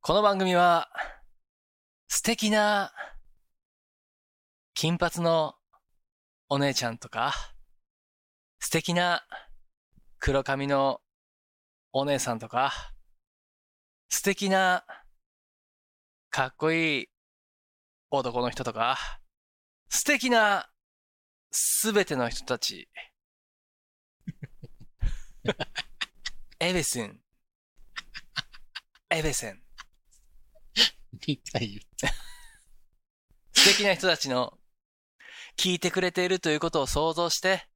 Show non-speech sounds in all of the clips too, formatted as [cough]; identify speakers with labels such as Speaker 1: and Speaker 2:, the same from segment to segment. Speaker 1: この番組は、素敵な、金髪のお姉ちゃんとか、素敵な黒髪のお姉さんとか、素敵な、かっこいい男の人とか、素敵な、すべての人たち。エベセン。エベセン。
Speaker 2: 2回言った。
Speaker 1: 素敵な人たちの聞いてくれているということを想像して、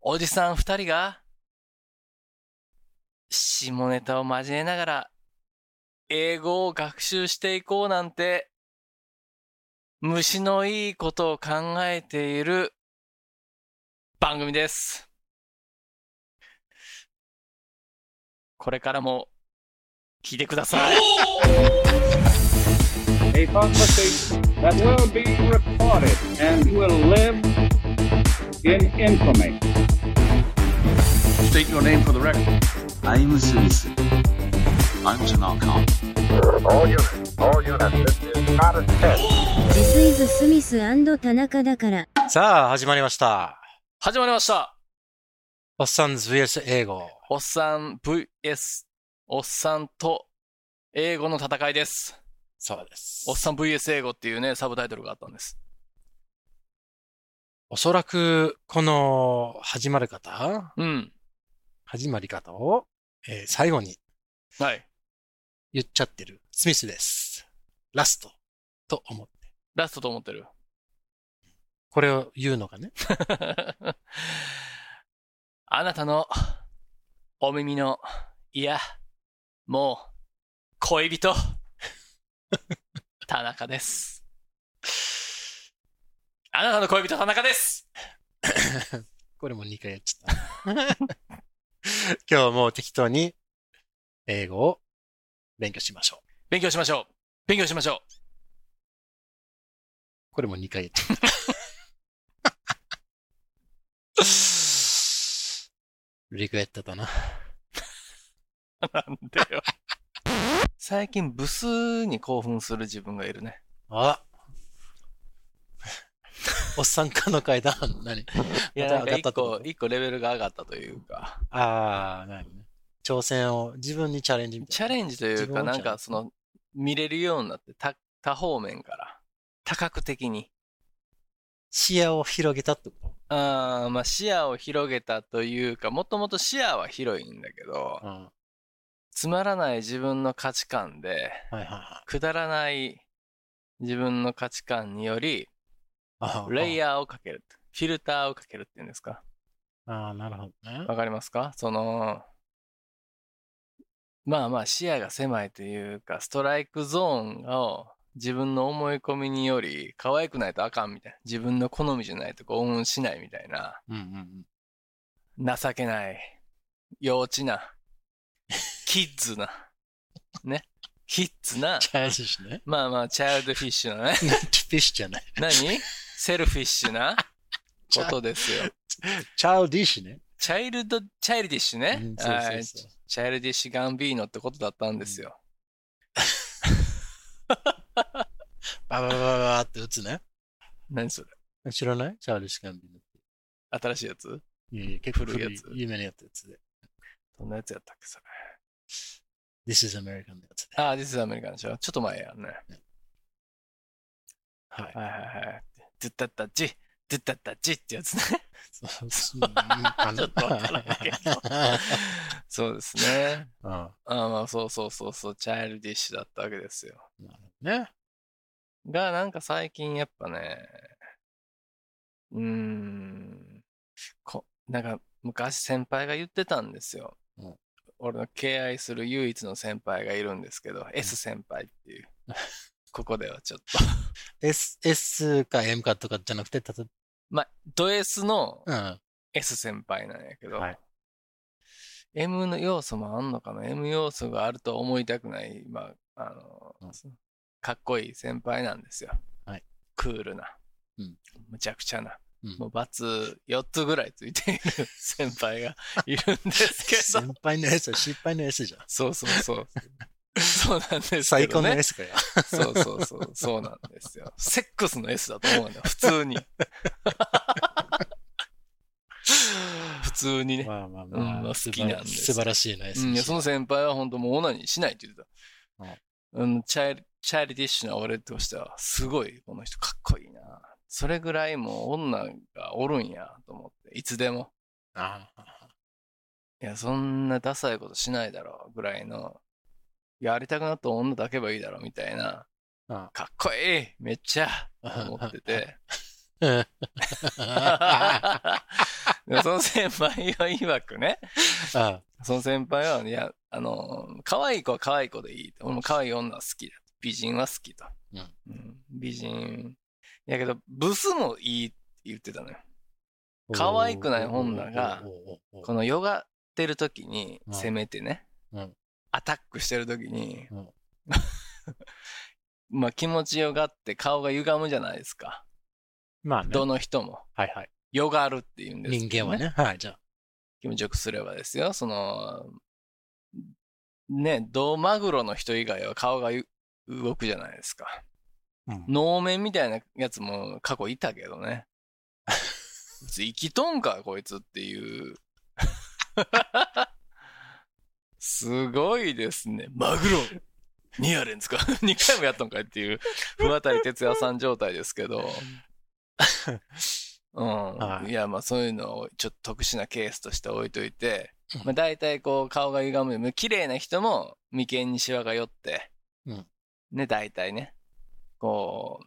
Speaker 1: おじさん二人が、下ネタを交えながら、英語を学習していこうなんて、虫のいいことを考えている番組です。これからも聞いてください。
Speaker 3: a conversation that will be recorded and will live in infamy. State your name for the record.
Speaker 4: I'm a citizen. I'm an archon.
Speaker 5: All units, all units, this is not a test.
Speaker 6: ジスイズ・スミス田中だから。
Speaker 7: さあ、始まりました。
Speaker 1: 始まりました。
Speaker 7: おっさんズ VS 英語。
Speaker 1: おっさん VS おっさんと英語の戦いです。
Speaker 7: そうです
Speaker 1: おっさん VS 英語っていうね、サブタイトルがあったんです。
Speaker 7: おそらく、この、始まり方
Speaker 1: うん。
Speaker 7: 始まり方を、えー最後に
Speaker 1: はい。
Speaker 7: 言っちゃってる。スミスです。ラスト。と思って。
Speaker 1: ラストと思ってる。 [laughs]
Speaker 7: これを言うのがね。
Speaker 1: あなたのお耳の、いや、もう、恋人、田中です。あなたの恋人、田中です
Speaker 7: これも2回やっちゃった。
Speaker 1: [laughs]
Speaker 7: 今日はもう適当に、英語を勉強しましょう。
Speaker 1: 勉強しましょう勉強しましょ
Speaker 7: これも2回やっち
Speaker 1: [laughs]
Speaker 7: ゃった。リクエットだな。
Speaker 1: うなん [laughs] でよ。最近、ブスに興奮する自分がいるね。
Speaker 7: あ [laughs] おっさんかの階段 [laughs] 何
Speaker 1: いや、なんか
Speaker 7: また上がった
Speaker 1: 一
Speaker 7: ってこ
Speaker 1: 個、
Speaker 7: と
Speaker 1: 一個レベルが上がったというか、
Speaker 7: ああ、なるほどね。挑戦を、自分にチャレンジみたいな。
Speaker 1: チャレンジという
Speaker 7: 自分
Speaker 1: か、
Speaker 7: を
Speaker 1: なん
Speaker 7: チャレ
Speaker 1: か
Speaker 7: ンジ
Speaker 1: その、見れるようになって、多多方面から、多角的に。
Speaker 7: 視野を広げたってこ
Speaker 1: あーまあ、視野を広げたというか、もともと視野は広いんだけど
Speaker 7: と。、うん。はい
Speaker 1: つまらない自分の価値観で、
Speaker 7: はいはい
Speaker 1: くだらない自分の価値観により、
Speaker 7: あー。
Speaker 1: レイ
Speaker 7: ヤ
Speaker 1: ヤーをかける。フィルターをかけるっていうんですか。
Speaker 7: ー。ああ、なるほどね。
Speaker 1: わかりますかその、まあまあ視野が狭いというか、ストライクゾーンを自分の思い込みにより可愛くないとあかんみたいな。自分の好みじゃないと興奮しないみたいな。
Speaker 7: うんうん
Speaker 1: 情けない。幼稚な。キッズな。ね。キッズな
Speaker 7: チ。ャレンジしね。
Speaker 1: まあまあ、チャイルドフィッシュなね。
Speaker 7: ネットフィッシュじゃない。
Speaker 1: 何セルフィッシュなことですよ。
Speaker 7: チャウディッシュね。
Speaker 1: チャイルド、チャイルディッシュね。
Speaker 7: うんそう
Speaker 1: は
Speaker 7: そ
Speaker 1: いう
Speaker 7: そう。
Speaker 1: チャイルディッシュガンビーノってことだったんですよ。
Speaker 7: バババババって打つね。
Speaker 1: 何それ
Speaker 7: 知らないチャウディッシュガンビーノって。
Speaker 1: 新しいやつ
Speaker 7: いやいや、結構
Speaker 1: 古
Speaker 7: 古
Speaker 1: い
Speaker 7: い
Speaker 1: やつ
Speaker 7: 有名なやつで。
Speaker 1: どんなやつやったっけそれ。
Speaker 7: This is American のやつで。
Speaker 1: ああ、This is American でしょちょっと前やんね。
Speaker 7: は
Speaker 1: は
Speaker 7: い。
Speaker 1: いはいはい。ドゥッタッタッチ、ドゥッタッタッチってやつ
Speaker 7: [laughs]
Speaker 1: ね。
Speaker 7: そうそうあの
Speaker 1: [laughs] ちょっとわからんけ
Speaker 7: [laughs]
Speaker 1: どそうですね。
Speaker 7: うん
Speaker 1: ああまあそうそうそうそう、チャイルディッシュだったわけですよ。
Speaker 7: ね。
Speaker 1: が、なんか最近やっぱね、うーん、こ、なんか昔先輩が言ってたんですよ。
Speaker 7: うん
Speaker 1: 俺の敬愛する唯一の先輩がいるんですけど、S 先輩っていう。ここではちょっと。
Speaker 7: S, S か M かとかじゃなくて、たと
Speaker 1: まあ、ド S の
Speaker 7: うん。
Speaker 1: S 先輩なんやけど、
Speaker 7: はい
Speaker 1: M の要素もあんのかな ?M 要素があるとは思いたくない、まあ、あの、
Speaker 7: うん
Speaker 1: かっこいい先輩なんですよ。
Speaker 7: はい
Speaker 1: クールな、
Speaker 7: うん
Speaker 1: むちゃくちゃな、
Speaker 7: うん
Speaker 1: もうバツ4つぐらいついている先輩がいるんですけど、
Speaker 7: [laughs] 先輩の S は失敗の S じゃん。
Speaker 1: そうそうそう。そうなんですけど、ね。
Speaker 7: 最高の S かよ。
Speaker 1: そうそうそう、そうなんですよ。セックスの S だと思うんだよ、普通
Speaker 7: [laughs]
Speaker 1: に。普通にね。
Speaker 7: [laughs] まあまあ
Speaker 1: うんまあ好きなんです
Speaker 7: 素晴らしいナイス。
Speaker 1: うん、いやその先輩は本当もうオナニーしないって言ってた。うん、チャイチャイルディッシュな俺としては、すごい、この人かっこいいな。それぐらいもう女がおるんやと思って、いつでも。
Speaker 7: ああ
Speaker 1: いや、そんなダサいことしないだろうぐらいの、やりたくなった女抱けばいいだろうみたいな、
Speaker 7: あ
Speaker 1: かっこいいめっちゃ思って [laughs] て。
Speaker 7: うん。
Speaker 1: でその先輩は曰くね、
Speaker 7: あ
Speaker 1: その先輩は、いや、あの、可愛い子は可愛い子でいいと。俺も可愛い女は好きだ。美人は好きと。
Speaker 7: うん
Speaker 1: うん美人。やけど、ブスもいいって言ってたのよ。可愛くない女が、
Speaker 7: おーおーおーおー
Speaker 1: このヨガってる時に
Speaker 7: うん
Speaker 1: 攻めてね、
Speaker 7: うん
Speaker 1: アタックしてる時に、
Speaker 7: うん
Speaker 1: [laughs] まあ気持ちよがって顔が歪むじゃないですか。
Speaker 7: まあね、
Speaker 1: どの人も。
Speaker 7: はいはい。
Speaker 1: よがるって言うんですけど
Speaker 7: 人間はね、はい、じゃあ。
Speaker 1: 気持ちよくすればですよ、その、ね、ドマグロの人以外は顔がゆ動くじゃないですか。
Speaker 7: うん
Speaker 1: 能面みたいなやつも過去いたけどね。生きとんか、こいつっていう。すごいですね。マグロ !2 やれんすか2回もやったんかいっていう、不渡り哲也さん状態ですけど。うん。
Speaker 7: はい
Speaker 1: いや、まあそういうのをちょっと特殊なケースとして置いといて、まあ大体こう顔が歪む。綺麗な人も眉間にシワが寄って、
Speaker 7: うん
Speaker 1: ね、大体ね、こう、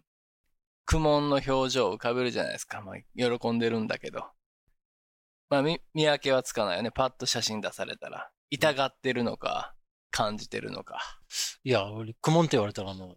Speaker 1: 苦悶の表情を浮かべるじゃないですか。まあ喜んでるんだけど。まあ見、見分けはつかないよね。パッと写真出されたら。痛がってるのか、感じてるのか。
Speaker 7: いや、俺、クモンって言われたら、あの、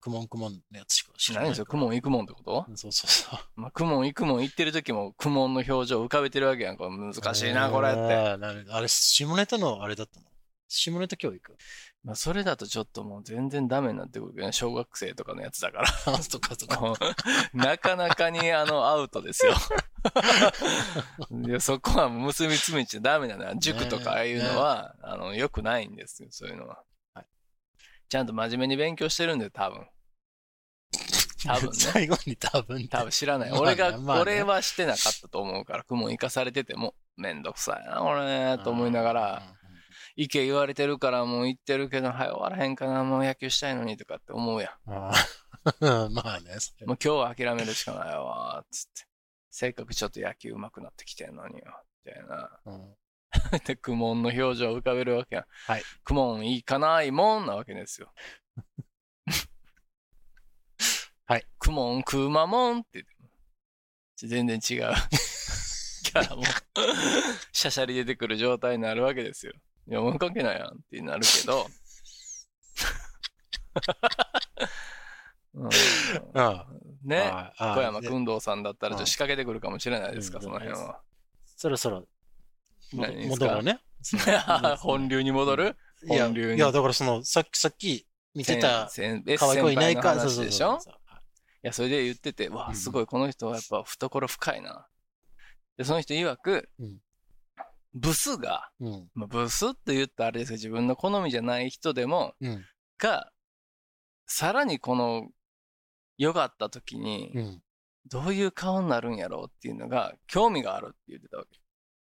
Speaker 7: クモンクモンのやつしか知
Speaker 1: 知ら
Speaker 7: らな
Speaker 1: ないいんですよ。クモン行くもんってこと
Speaker 7: うんそうそうそう。
Speaker 1: まあ、クモン行くもん行ってる時も、クモンの表情を浮かべてるわけやんか。難しいな、これって。
Speaker 7: あーなるあれ、下ネタのあれだったの下ネタ教育
Speaker 1: まあ、それだとちょっともう全然ダメになってくるけどね。小学生とかのやつだから。
Speaker 7: あ、そっかそっか。
Speaker 1: もうなかなかにあのアウト
Speaker 7: [laughs]
Speaker 1: ですよ。いやそこは結びつめちゃダメなのよ。塾とかああいうのは、あの、良くないんですよ、そういうのは。
Speaker 7: はい
Speaker 1: ちゃんと真面目に勉強してるんで、多分。多分ね
Speaker 7: [laughs] 最後に多分、
Speaker 1: 多分知らない。
Speaker 7: まあね
Speaker 1: 俺が、
Speaker 7: まあね
Speaker 1: 俺はしてなかったと思うから、雲行かされてても、めんどくさいな、俺、と思いながら、意見言われてるからもう行ってるけど、はい、終わらへんかな、もう野球したいのにとかって思うやん。
Speaker 7: うん。うんうんあーまあね、それ
Speaker 1: もう今日は諦めるしかないわ、つって。せっかくちょっと野球上手くなってきてんのによ、みたいな。
Speaker 7: うん
Speaker 1: で、苦悶の表情を浮かべるわけやん。
Speaker 7: はい。
Speaker 1: 苦悶いいかないもんなわけですよ。
Speaker 7: [laughs] はい。
Speaker 1: 苦悶食うまもんって言ってち全
Speaker 7: [laughs]
Speaker 1: 然違うキャラも、しゃしゃり出てくる状態になるわけですよ。いや、もう関係ないやんってなるけ
Speaker 7: [laughs]
Speaker 1: ど。うん
Speaker 7: あー
Speaker 1: ね。
Speaker 7: あー
Speaker 1: 小山
Speaker 7: で
Speaker 1: 君堂さんだったらちょっと
Speaker 7: うん
Speaker 1: 仕掛けてくるかもしれないですか、
Speaker 7: うん
Speaker 1: その辺は。
Speaker 7: そろそろ、も
Speaker 1: 何ですか
Speaker 7: 戻ろうね。そう
Speaker 1: [laughs] 本流に戻る
Speaker 7: いや、
Speaker 1: 本流に
Speaker 7: いや、だからその、さっき、さっき見てた、
Speaker 1: 先先
Speaker 7: 可愛い子いないか、
Speaker 1: 先輩の話でしょ
Speaker 7: そうそうそう
Speaker 1: いや、それで言ってて、わ
Speaker 7: う
Speaker 1: あ、
Speaker 7: ん
Speaker 1: すごい、この人はやっぱ懐深いな。で、その人曰く
Speaker 7: うん、
Speaker 1: ブスが、
Speaker 7: そううん。
Speaker 1: まあ、ブスって言ったらあれですけど、自分の好みじゃない人でも、
Speaker 7: うん。
Speaker 1: が、さらにこの、よがった時に、
Speaker 7: うん。
Speaker 1: どういう顔になるんやろうっていうのが、興味があるって言ってたわけ。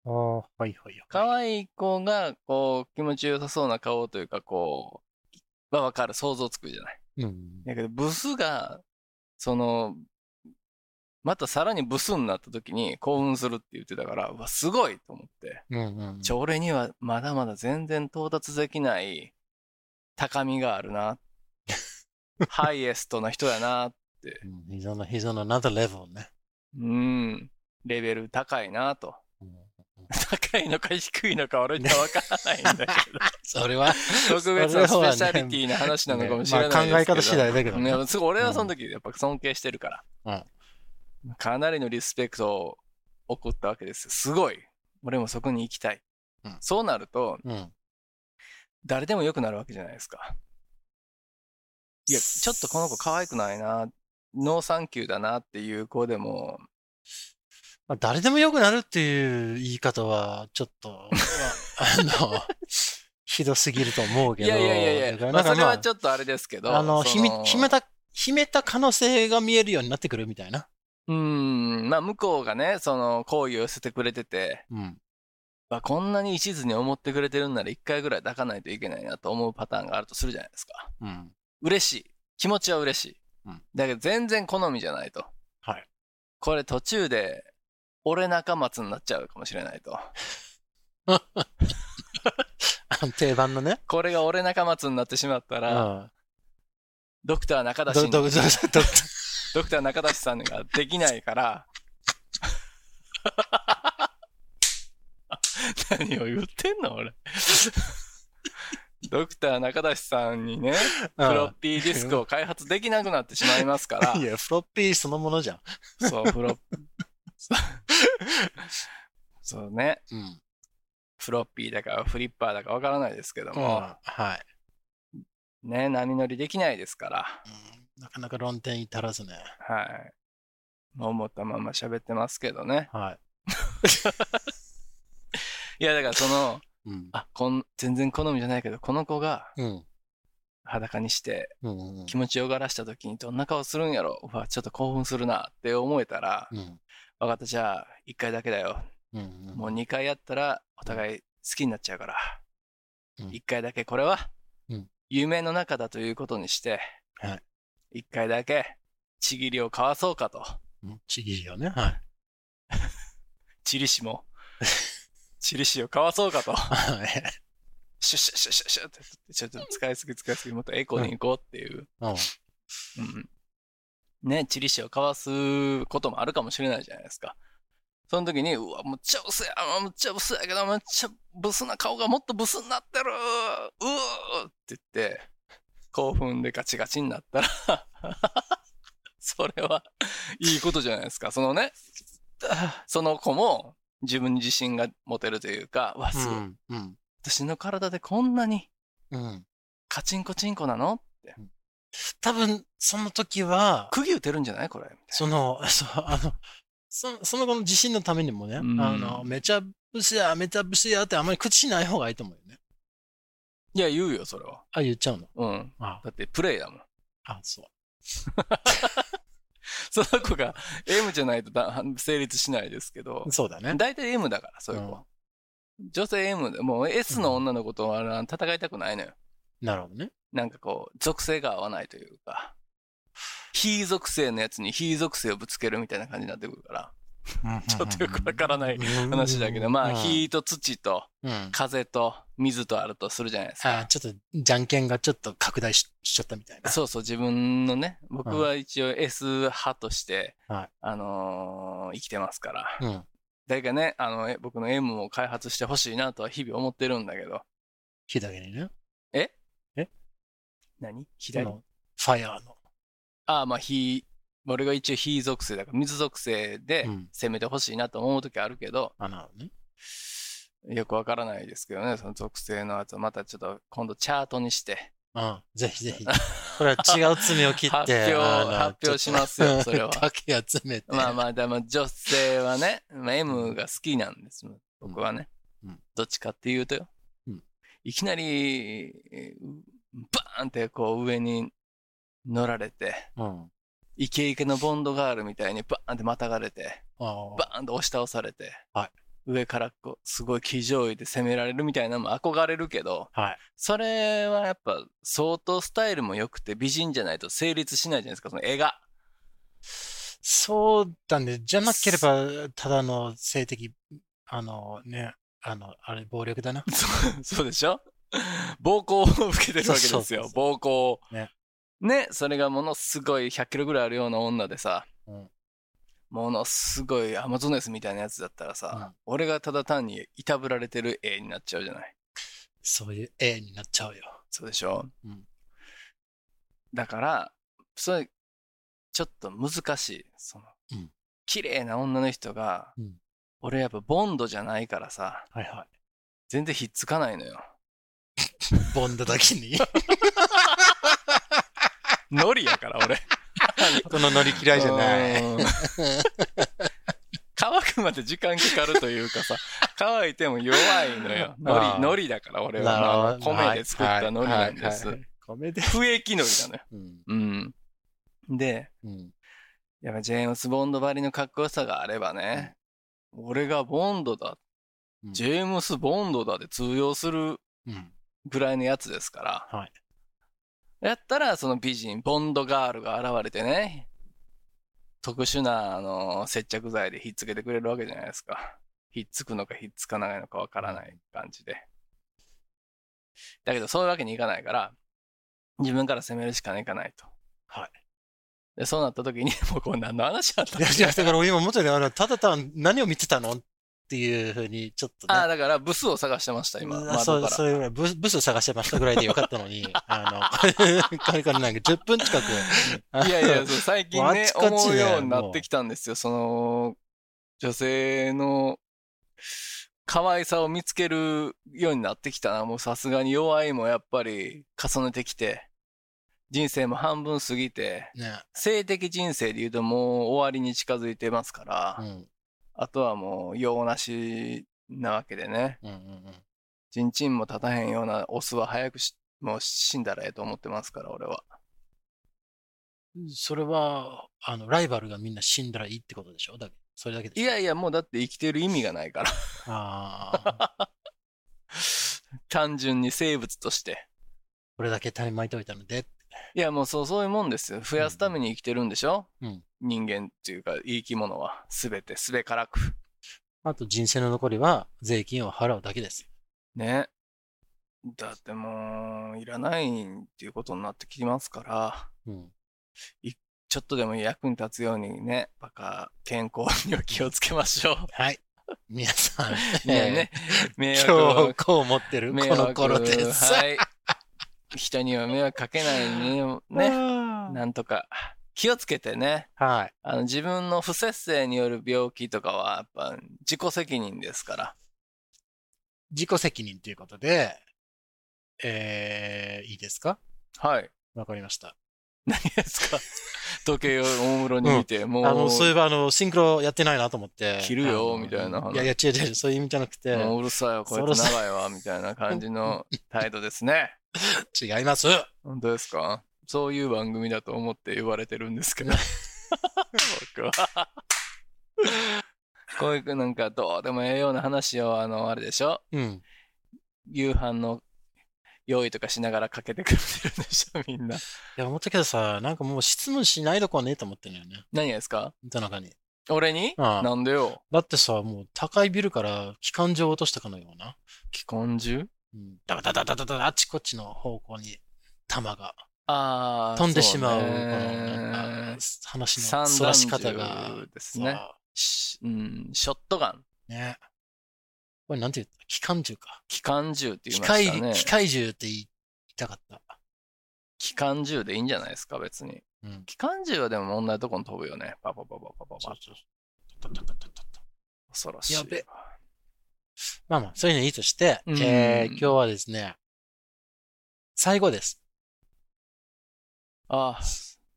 Speaker 7: ああ、はいはいはい。
Speaker 1: 可愛い子が、こう、気持ちよさそうな顔というか、こう、はわかる、想像つくじゃない。
Speaker 7: うん。
Speaker 1: だけど、ブスが、その、またさらにブスになった時に興奮するって言ってたから、うわ、すごいと思って。
Speaker 7: うんうん。
Speaker 1: ちょ、俺にはまだまだ全然到達できない高みがある
Speaker 7: [laughs]
Speaker 1: な。ハイエストな人やな。
Speaker 7: うん He's on, a, he's on another level ね。
Speaker 1: うん。レベル高いなと。 [laughs]
Speaker 7: うん
Speaker 1: 高いのか低いのか俺には分からないんだけど。
Speaker 7: [laughs] それは、
Speaker 1: 特別なスペシャリティな話なのかもしれないですけど、
Speaker 7: まあ、考え方次第だけど
Speaker 1: い
Speaker 7: ね。
Speaker 1: やすごい俺はその時やっぱ尊敬してるから、かなりのリスペクトを起こったわけですよすごい俺もそこに行きたい、
Speaker 7: うん
Speaker 1: そうなると
Speaker 7: うん。
Speaker 1: 誰でも良くなるわけじゃないですかいやちょっとこの子可愛くないなノーサンキューだなっていう子でも
Speaker 7: まあ、誰でも良くなるっていう言い方は、ちょっと、あの、ひどすぎると思うけ
Speaker 1: い
Speaker 7: ど。
Speaker 1: やいやいやい
Speaker 7: だか
Speaker 1: や、ま
Speaker 7: らな
Speaker 1: あ、
Speaker 7: んか
Speaker 1: それはち
Speaker 7: ょっ
Speaker 1: ょっとあれですけど。
Speaker 7: あの、
Speaker 1: そ
Speaker 7: 秘め、秘めた、秘めた可能性が見えるようになってくるみたいな。
Speaker 1: うん、まあ、向こうがね、その、好意を寄せてくれてて、
Speaker 7: うん。
Speaker 1: まあ、こんなに一途に思ってくれてるんなら一回ぐらい抱かないといけないなと思うパターンがあるとするじゃないですか。
Speaker 7: うん。
Speaker 1: 嬉しい。気持ちは嬉しい。
Speaker 7: うん
Speaker 1: だけど全然好みじゃないと。
Speaker 7: はい
Speaker 1: これ途中で、俺仲松になっちゃうかもしれないと。
Speaker 7: あの定番のね。
Speaker 1: これが俺仲松になってしまった
Speaker 7: う
Speaker 1: ら、
Speaker 7: ん。
Speaker 1: ドクター中
Speaker 7: ど、
Speaker 1: 田氏
Speaker 7: ど、
Speaker 1: に、
Speaker 7: ど、ど、ど、
Speaker 1: ドクター中田氏さんができない
Speaker 7: [laughs]
Speaker 1: から、何を言ってんの俺。ドクター中田氏さんにね、
Speaker 7: うん
Speaker 1: フロッピーディスクを開発できなくなってしまいますから
Speaker 7: い、や、フロッピーそのものじゃん。
Speaker 1: そう、フロッ [laughs] そうね、
Speaker 7: うん。
Speaker 1: フロッピーだかフリッパーだかわからないですけども、
Speaker 7: はい。
Speaker 1: ね、波乗りできないですから、
Speaker 7: うんなかなか論点至らずね。
Speaker 1: はい。まあ思ったまんま喋ってますけどね。
Speaker 7: はい
Speaker 1: や、だからその、
Speaker 7: い。うん。
Speaker 1: あ、こん、全然好みじゃないけど、この子が
Speaker 7: うん。
Speaker 1: 裸にして
Speaker 7: うん。うん
Speaker 1: 気持ちよがらした時にどんな顔するんやろうわ、ちょっと興奮するなって思えたら、
Speaker 7: うん。
Speaker 1: わかった、じゃあ、一回だけだよ。
Speaker 7: うん。
Speaker 1: もう2回やったらお互い好きになっちゃうから、
Speaker 7: うん
Speaker 1: 1回だけこれは
Speaker 7: うん
Speaker 1: 夢の中だということにして、
Speaker 7: は
Speaker 1: 1回だけちぎりを交わそうかと
Speaker 7: うん。ちぎりよね。はい。
Speaker 1: ちりし
Speaker 7: [laughs]
Speaker 1: もちりしを交わそうかと
Speaker 7: はい。
Speaker 1: シュッシュッシュッシュッシュッってちょっと使いすぎ使いすぎもっとエコーに行こうっていう、
Speaker 7: うん。
Speaker 1: うんねちりしを交わすこともあるかもしれないじゃないですかその時に、うわ、むっちゃブスや、むっちゃブスやけど、むっちゃブスな顔がもっとブスになってるうーって言って、興奮でガチガチになったら、 [laughs] それはいいことじゃないですか。そのね、その子も自分に自信が持てるというか、うわ、すごい、
Speaker 7: ん。うん。
Speaker 1: 私の体でこんなに
Speaker 7: うん。
Speaker 1: カチンコチンコなの
Speaker 7: 多分、その時は、
Speaker 1: 釘打てるんじゃないこれ。みたいな
Speaker 7: その、 [laughs] そう、あの、そその後の自信のためにもね、
Speaker 1: うん
Speaker 7: あの、めちゃブスや、めちゃブスやってあんまり口しない方がいいと思うよね。
Speaker 1: いや、言うよ、それは。
Speaker 7: あ、言っちゃうの。
Speaker 1: うん。
Speaker 7: あ
Speaker 1: だって、プレイだもん。 [laughs]
Speaker 7: あ、そう。
Speaker 1: その子が M じゃないとだ成立しないですけど、
Speaker 7: そうだね。
Speaker 1: 大体 M だから、そういう子は。女性 M で、もう S の女の子とはあの戦いたくないのよ。
Speaker 7: なるほどね。
Speaker 1: なんかこう、属性が合わないというか、非属性のやつに非属性をぶつけるみたいな感じになってくるから、
Speaker 7: [laughs]
Speaker 1: ちょっとよくわからない話だけど、まあ、火と土と
Speaker 7: うん、うん。
Speaker 1: 風と水とあるとするじゃないです
Speaker 7: あ
Speaker 1: か。
Speaker 7: ちょっと、じゃんけんがちょっと拡大ししちゃったみたいな。
Speaker 1: そうそう、自分のね、僕は一応 S 派として、
Speaker 7: はい
Speaker 1: あのー生きてますから、
Speaker 7: うん。
Speaker 1: 誰かね、あの、え僕の M を開発してほしいなとは日々思ってるんだけど、
Speaker 7: 火だけにね。
Speaker 1: 何
Speaker 7: あ
Speaker 1: 左
Speaker 7: のファイヤーの。
Speaker 1: ああ、まあ、火、俺が一応火属性だから、水属性で
Speaker 7: うん
Speaker 1: 攻めてほしいなと思う時あるけど、
Speaker 7: あ、なるほどね。
Speaker 1: よくわからないですけどね、その属性のやつをまたちょっと今度チャートに
Speaker 7: [laughs]
Speaker 1: して、
Speaker 7: うん。ぜひぜひ。 [laughs] これは違う爪を切って。
Speaker 1: 発表
Speaker 7: あの
Speaker 1: 発表しますよ
Speaker 7: ちょっと [laughs]
Speaker 1: それは
Speaker 7: 竹を詰めて。
Speaker 1: まあまあ、でも女性はね、まあ、M が好きなんです、僕はね。
Speaker 7: うん
Speaker 1: どっちかっていうとよ、
Speaker 7: うん
Speaker 1: いきなり、えーバーンってこう上に乗られて、
Speaker 7: うん。
Speaker 1: イケイケのボンドガールみたいにバーンってまたがれて、
Speaker 7: あ
Speaker 1: バーンと押し倒されて、
Speaker 7: はい
Speaker 1: 上からこうすごい騎乗位で攻められるみたいなのも憧れるけど、
Speaker 7: はい
Speaker 1: それはやっぱ相当スタイルも良くて美人じゃないと成立しないじゃないですかその絵
Speaker 7: [laughs]
Speaker 1: が
Speaker 7: そうだね。じゃなければ、ただの性的、あのね、あの、あれ、暴力だな。
Speaker 1: そうでしょ暴行を受けてるわけ
Speaker 7: そう
Speaker 1: です
Speaker 7: そうそ
Speaker 1: よ
Speaker 7: うそう
Speaker 1: 暴行を
Speaker 7: ね
Speaker 1: ねそれがものすごい100キロぐらいあるような女でさ、
Speaker 7: うん
Speaker 1: ものすごいアマゾネスみたいなやつだったらさ、俺がただ単にいたぶられてる絵になっちゃうじゃない
Speaker 7: そういう絵になっちゃうよ。
Speaker 1: そうでしょ、
Speaker 7: うん
Speaker 1: だから、それ、ちょっと難しい。その、
Speaker 7: うん
Speaker 1: 綺麗な女の人が、
Speaker 7: うん
Speaker 1: 俺やっぱボンドじゃないからさ、
Speaker 7: はいは
Speaker 1: 全然ひっつかないのよ。
Speaker 7: い。ボンドだ
Speaker 1: [laughs]
Speaker 7: けに。
Speaker 1: ノリやから、
Speaker 7: [laughs]
Speaker 1: 俺。
Speaker 7: この乗り嫌い [laughs] じゃない。
Speaker 1: い。乾くまで時間かかるというかさ、乾いても弱いのよ。海
Speaker 7: あー
Speaker 1: 苔、海苔だから俺は。あの米で作った海苔なんです。
Speaker 7: はいはいはい米で。
Speaker 1: 不液海苔なのよ。
Speaker 7: うん。
Speaker 1: うん。で、
Speaker 7: うん。
Speaker 1: やっぱジェームス・ボンドばりのかっこよさがあればね、俺がボンドだ、
Speaker 7: うん
Speaker 1: ジェームス・ボンドだで通用する
Speaker 7: うん。
Speaker 1: ぐらいのやつですから。
Speaker 7: はい
Speaker 1: やったら、その美人、ボンドガールが現れてね、特殊な、あの、接着剤でひっつけてくれるわけじゃないですか。ひっつくのかひっつかないのかわからない感じで。だけど、そういうわけにいかないから、自分から攻めるしかいかないと。
Speaker 7: はい。
Speaker 1: で、そうなった時に、もうこれ何の話だった
Speaker 7: いや、いやだから俺今思ったよねあの、ただ単に何を見てたのっていうふうに、ちょっとね。
Speaker 1: ああ、だから、ブスを探してました、今。
Speaker 7: うん
Speaker 1: 窓から
Speaker 7: そう、そういうぐらい、ブス、ブス探してましたぐらいでよかった
Speaker 1: [laughs]
Speaker 7: のに、あの、これからなんか10分近く。あの
Speaker 1: いやいや、そう最近ね、
Speaker 7: もうあちこちね
Speaker 1: 思うようになってきたんですよ。その、女性の可愛さを見つけるようになってきたな。もうさすがに弱いもやっぱり重ねてきて、人生も半分過ぎて、
Speaker 7: [laughs] ね、
Speaker 1: 性的人生で言うともう終わりに近づいてますから、
Speaker 7: うん、
Speaker 1: あとはもう用なしなわけでね、
Speaker 7: うん、うん
Speaker 1: ちんちんも立たへんようなオスは早くしもう死んだらええと思ってますから、俺は。
Speaker 7: うん。それは、あの、ライバルがみんな死んだらいいってことでしょだそれだけで
Speaker 1: い
Speaker 7: しょ
Speaker 1: やいや、もうだって生きてる意味がないから。
Speaker 7: ああ。
Speaker 1: 単純に生物として。
Speaker 7: これだけ種まいておいたので。
Speaker 1: いや、もうそう、そういうもんですよ。増やすために生きてるんでしょ、
Speaker 7: うん
Speaker 1: 人間っていうか、生き物は、すべて、すべからく。
Speaker 7: あと人生の残りは税金を払うだけです。
Speaker 1: ね。だってもう、いらないっていうことになってきますから、
Speaker 7: うん。
Speaker 1: ちょっとでも役に立つようにね、バカ、健康には気をつけまし
Speaker 7: [laughs]
Speaker 1: ょう。
Speaker 7: はい。皆さん、
Speaker 1: ね、迷
Speaker 7: え
Speaker 1: 惑を
Speaker 7: [laughs] ー今日こう思ってるこ
Speaker 1: 迷
Speaker 7: の
Speaker 1: 惑
Speaker 7: 頃です。
Speaker 1: はい。人には迷惑かけない
Speaker 7: [laughs]
Speaker 1: ようにね、
Speaker 7: ね。
Speaker 1: なんとか気をつけてね、
Speaker 7: はい。
Speaker 1: あの自分の不節制による病気とかはやっぱ自己責任ですから。
Speaker 7: 自己責任ということで、えー、いいですか
Speaker 1: はい。
Speaker 7: わかりました。
Speaker 1: 何ですか [laughs] 時計をおもむろに見て、もう、
Speaker 7: あの、そういえば、あの、シンクロやってないなと思って。
Speaker 1: 切るよ
Speaker 7: あの
Speaker 1: みたいな話
Speaker 7: いやいや、違う違う、そういう意味じゃなくて、
Speaker 1: もううるさいわ、こいつ長いわ、みたいな感じの [laughs] 態度ですね。
Speaker 7: 違います。
Speaker 1: 本当ですかそういう番組だと思って呼ばれてるんですけど。僕は。 [laughs] こういうなんかどうでもええような話を、あの、あれでしょ
Speaker 7: うん。
Speaker 1: 夕飯の用意とかしながらかけてくれてるんでしょみんな。
Speaker 7: いや、思ったけどさ、なんかもう質問しないとこはねえと思ってんのよね。
Speaker 1: 何がですか
Speaker 7: 田中に。
Speaker 1: 俺に
Speaker 7: ああ
Speaker 1: なんでよ。
Speaker 7: だってさ、もう高いビルから機関銃を落としたかのような。
Speaker 1: 機関銃
Speaker 7: うん。ダダダダダダダあちこちの方向に弾が
Speaker 1: ああ。
Speaker 7: 飛んでしまう、
Speaker 1: そ
Speaker 7: このなん
Speaker 1: ね
Speaker 7: か、話の
Speaker 1: 散
Speaker 7: そら
Speaker 1: 弾
Speaker 7: し
Speaker 1: 銃
Speaker 7: 方が。
Speaker 1: ですね。しうん、ショットガン。
Speaker 7: そうね。これなんて言った機関銃か。
Speaker 1: 機関銃って言
Speaker 7: 機
Speaker 1: いました
Speaker 7: 械、
Speaker 1: ね。
Speaker 7: 機械銃って言いたかった。
Speaker 1: 機関銃でいいんじゃないですか、別に。
Speaker 7: うん。
Speaker 1: 機関銃はでも問題のとこに飛ぶよね。パパパパパパ
Speaker 7: そう
Speaker 1: パ。
Speaker 7: そうそう。タタタタタタ
Speaker 1: 恐ろしい。
Speaker 7: やべ。まあまあ、そういうのいいとして、
Speaker 1: うん
Speaker 7: えー、今日はですね、最後です。
Speaker 1: ああ。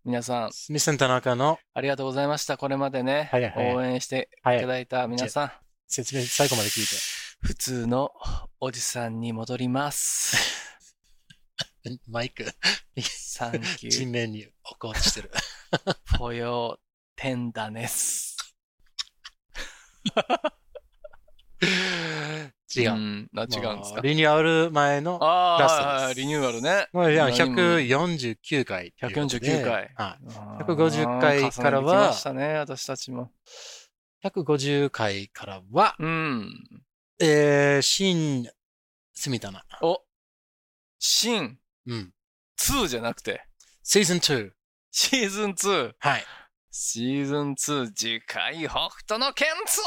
Speaker 1: 皆さん、
Speaker 7: スミスン田中の、
Speaker 1: ありがとうございました。これまでね、
Speaker 7: はいはいはい
Speaker 1: 応援して
Speaker 7: はい
Speaker 1: ただいた皆さん、
Speaker 7: 説明最後まで聞いて。
Speaker 1: 普通のおじさんに戻ります。
Speaker 7: マイク、
Speaker 1: Thank
Speaker 7: [laughs]
Speaker 1: you
Speaker 7: 地面に置こうとして
Speaker 1: [laughs]
Speaker 7: る。
Speaker 1: for your tenderness.
Speaker 7: 違う。
Speaker 1: ん、あ違うんです
Speaker 7: まあ
Speaker 1: か。
Speaker 7: リニューアル前の、
Speaker 1: あ
Speaker 7: ラ
Speaker 1: あ
Speaker 7: ストです
Speaker 1: はいはい、リニューアルね。
Speaker 7: まあ、いや
Speaker 1: 何も
Speaker 7: 149回ということで。
Speaker 1: 149回
Speaker 7: は
Speaker 1: あー
Speaker 7: 150回から
Speaker 1: 重ねてき
Speaker 7: は
Speaker 1: ましたね、私たちも。
Speaker 7: い。150回からは、
Speaker 1: うん。
Speaker 7: えー、新、住田な。
Speaker 1: お、シン
Speaker 7: うん。
Speaker 1: 2じゃなくて、
Speaker 7: シーズン2。
Speaker 1: シーズン2。
Speaker 7: はい。
Speaker 1: シーズン2次回北斗の剣ツ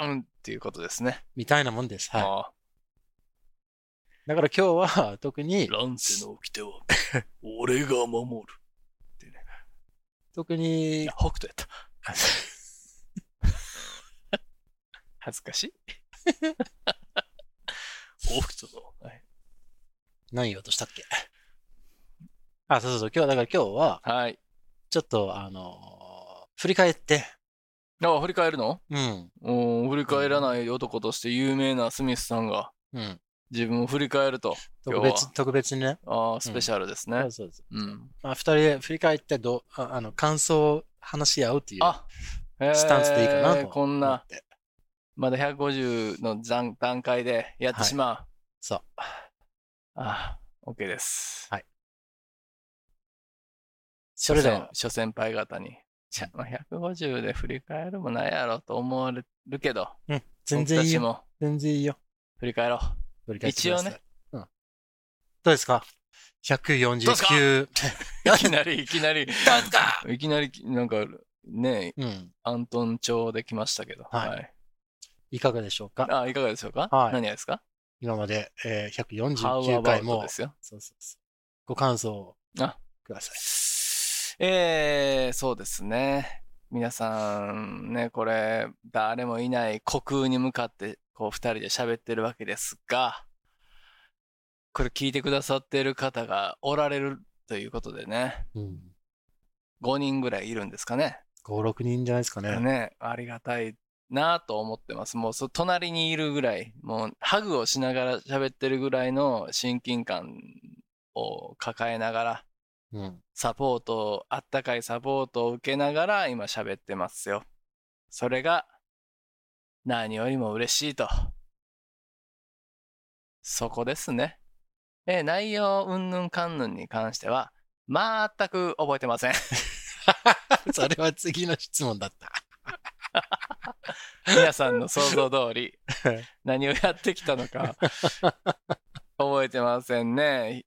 Speaker 1: アーっていうことですね。
Speaker 7: みたいなもんです。は
Speaker 1: あ
Speaker 7: い。だから今日は特に
Speaker 1: ー、乱世の掟は俺が守る。
Speaker 7: 特
Speaker 1: い
Speaker 7: に
Speaker 1: や、、北斗やった。 [laughs] 恥ずか
Speaker 7: [laughs]
Speaker 1: しい北斗の。はい
Speaker 7: 何言おうとしたっけあ、そうそうそう。今日は、だから今日は、
Speaker 1: はい。
Speaker 7: ちょっと、あのー振り返って、
Speaker 1: あ、振り返るの
Speaker 7: うん。
Speaker 1: うん、振り返らない男として有名なスミスさんが
Speaker 7: うん。
Speaker 1: 自分を振り返ると。今
Speaker 7: 特
Speaker 1: 日は
Speaker 7: 別、特別にね。
Speaker 1: ああ、スペシャルです
Speaker 7: そ
Speaker 1: ね
Speaker 7: う。そうそう
Speaker 1: うん。
Speaker 7: まあ、二人で振り返ってどう、ああの、感想を話し合うっていう
Speaker 1: あ、へー
Speaker 7: スタンスでいいかなと。
Speaker 1: こん
Speaker 7: 思
Speaker 1: な
Speaker 7: っ、て。
Speaker 1: まだ150の段段階でやってしまう。
Speaker 7: そう。
Speaker 1: ああ、OK です。
Speaker 7: はい。
Speaker 1: そ
Speaker 7: れ
Speaker 1: れ
Speaker 7: で
Speaker 1: で
Speaker 7: は
Speaker 1: も、諸先輩方に、ちゃまあ150で振り返るもないやろと思われるけど、
Speaker 7: 全然いい
Speaker 1: 僕
Speaker 7: よ。
Speaker 1: たちも
Speaker 7: 全然いいよ。
Speaker 1: 振り返ろう。
Speaker 7: 振り返ってくだ
Speaker 1: 一
Speaker 7: さい
Speaker 1: 応ね。
Speaker 7: うん。どうですか
Speaker 1: どうですか
Speaker 7: ?149。
Speaker 1: いきなり、いきなり、いきなり、なんか、ね、
Speaker 7: うん。
Speaker 1: アントン調で来ましたけど。
Speaker 7: はい
Speaker 1: い。
Speaker 7: いかがでしょうか
Speaker 1: あ、いかがでしょうか
Speaker 7: はい
Speaker 1: 何がですか
Speaker 7: 今まで、えー、
Speaker 1: ハウ
Speaker 7: 149
Speaker 1: アバ
Speaker 7: 回
Speaker 1: ウト
Speaker 7: も
Speaker 1: で、すよ。
Speaker 7: そうそうそうご感想を
Speaker 1: あ
Speaker 7: ください。
Speaker 1: えー、そうですね。皆さんね、これ、誰もいない虚空に向かって、こう、二人で喋ってるわけですが、これ聞いてくださってる方がおられるということでね、
Speaker 7: うん。
Speaker 1: 5人ぐらいいるんですかね。
Speaker 7: 5、6人じゃないですかね。
Speaker 1: ね、ありがたいなと思ってます。もうそ隣にいるぐらい、もうハグをしながら喋ってるぐらいの親近感を抱えながら、
Speaker 7: うん。
Speaker 1: サポートを、あったかいサポートを受けながら今喋ってますよ。それが何よりも嬉しいと。そこですね。えー、内容うんぬんかんぬんに関しては、全く覚えてません。
Speaker 7: [laughs] それは次の質問だった。
Speaker 1: 皆さんの想像通り何をやってきたのか覚えてませんね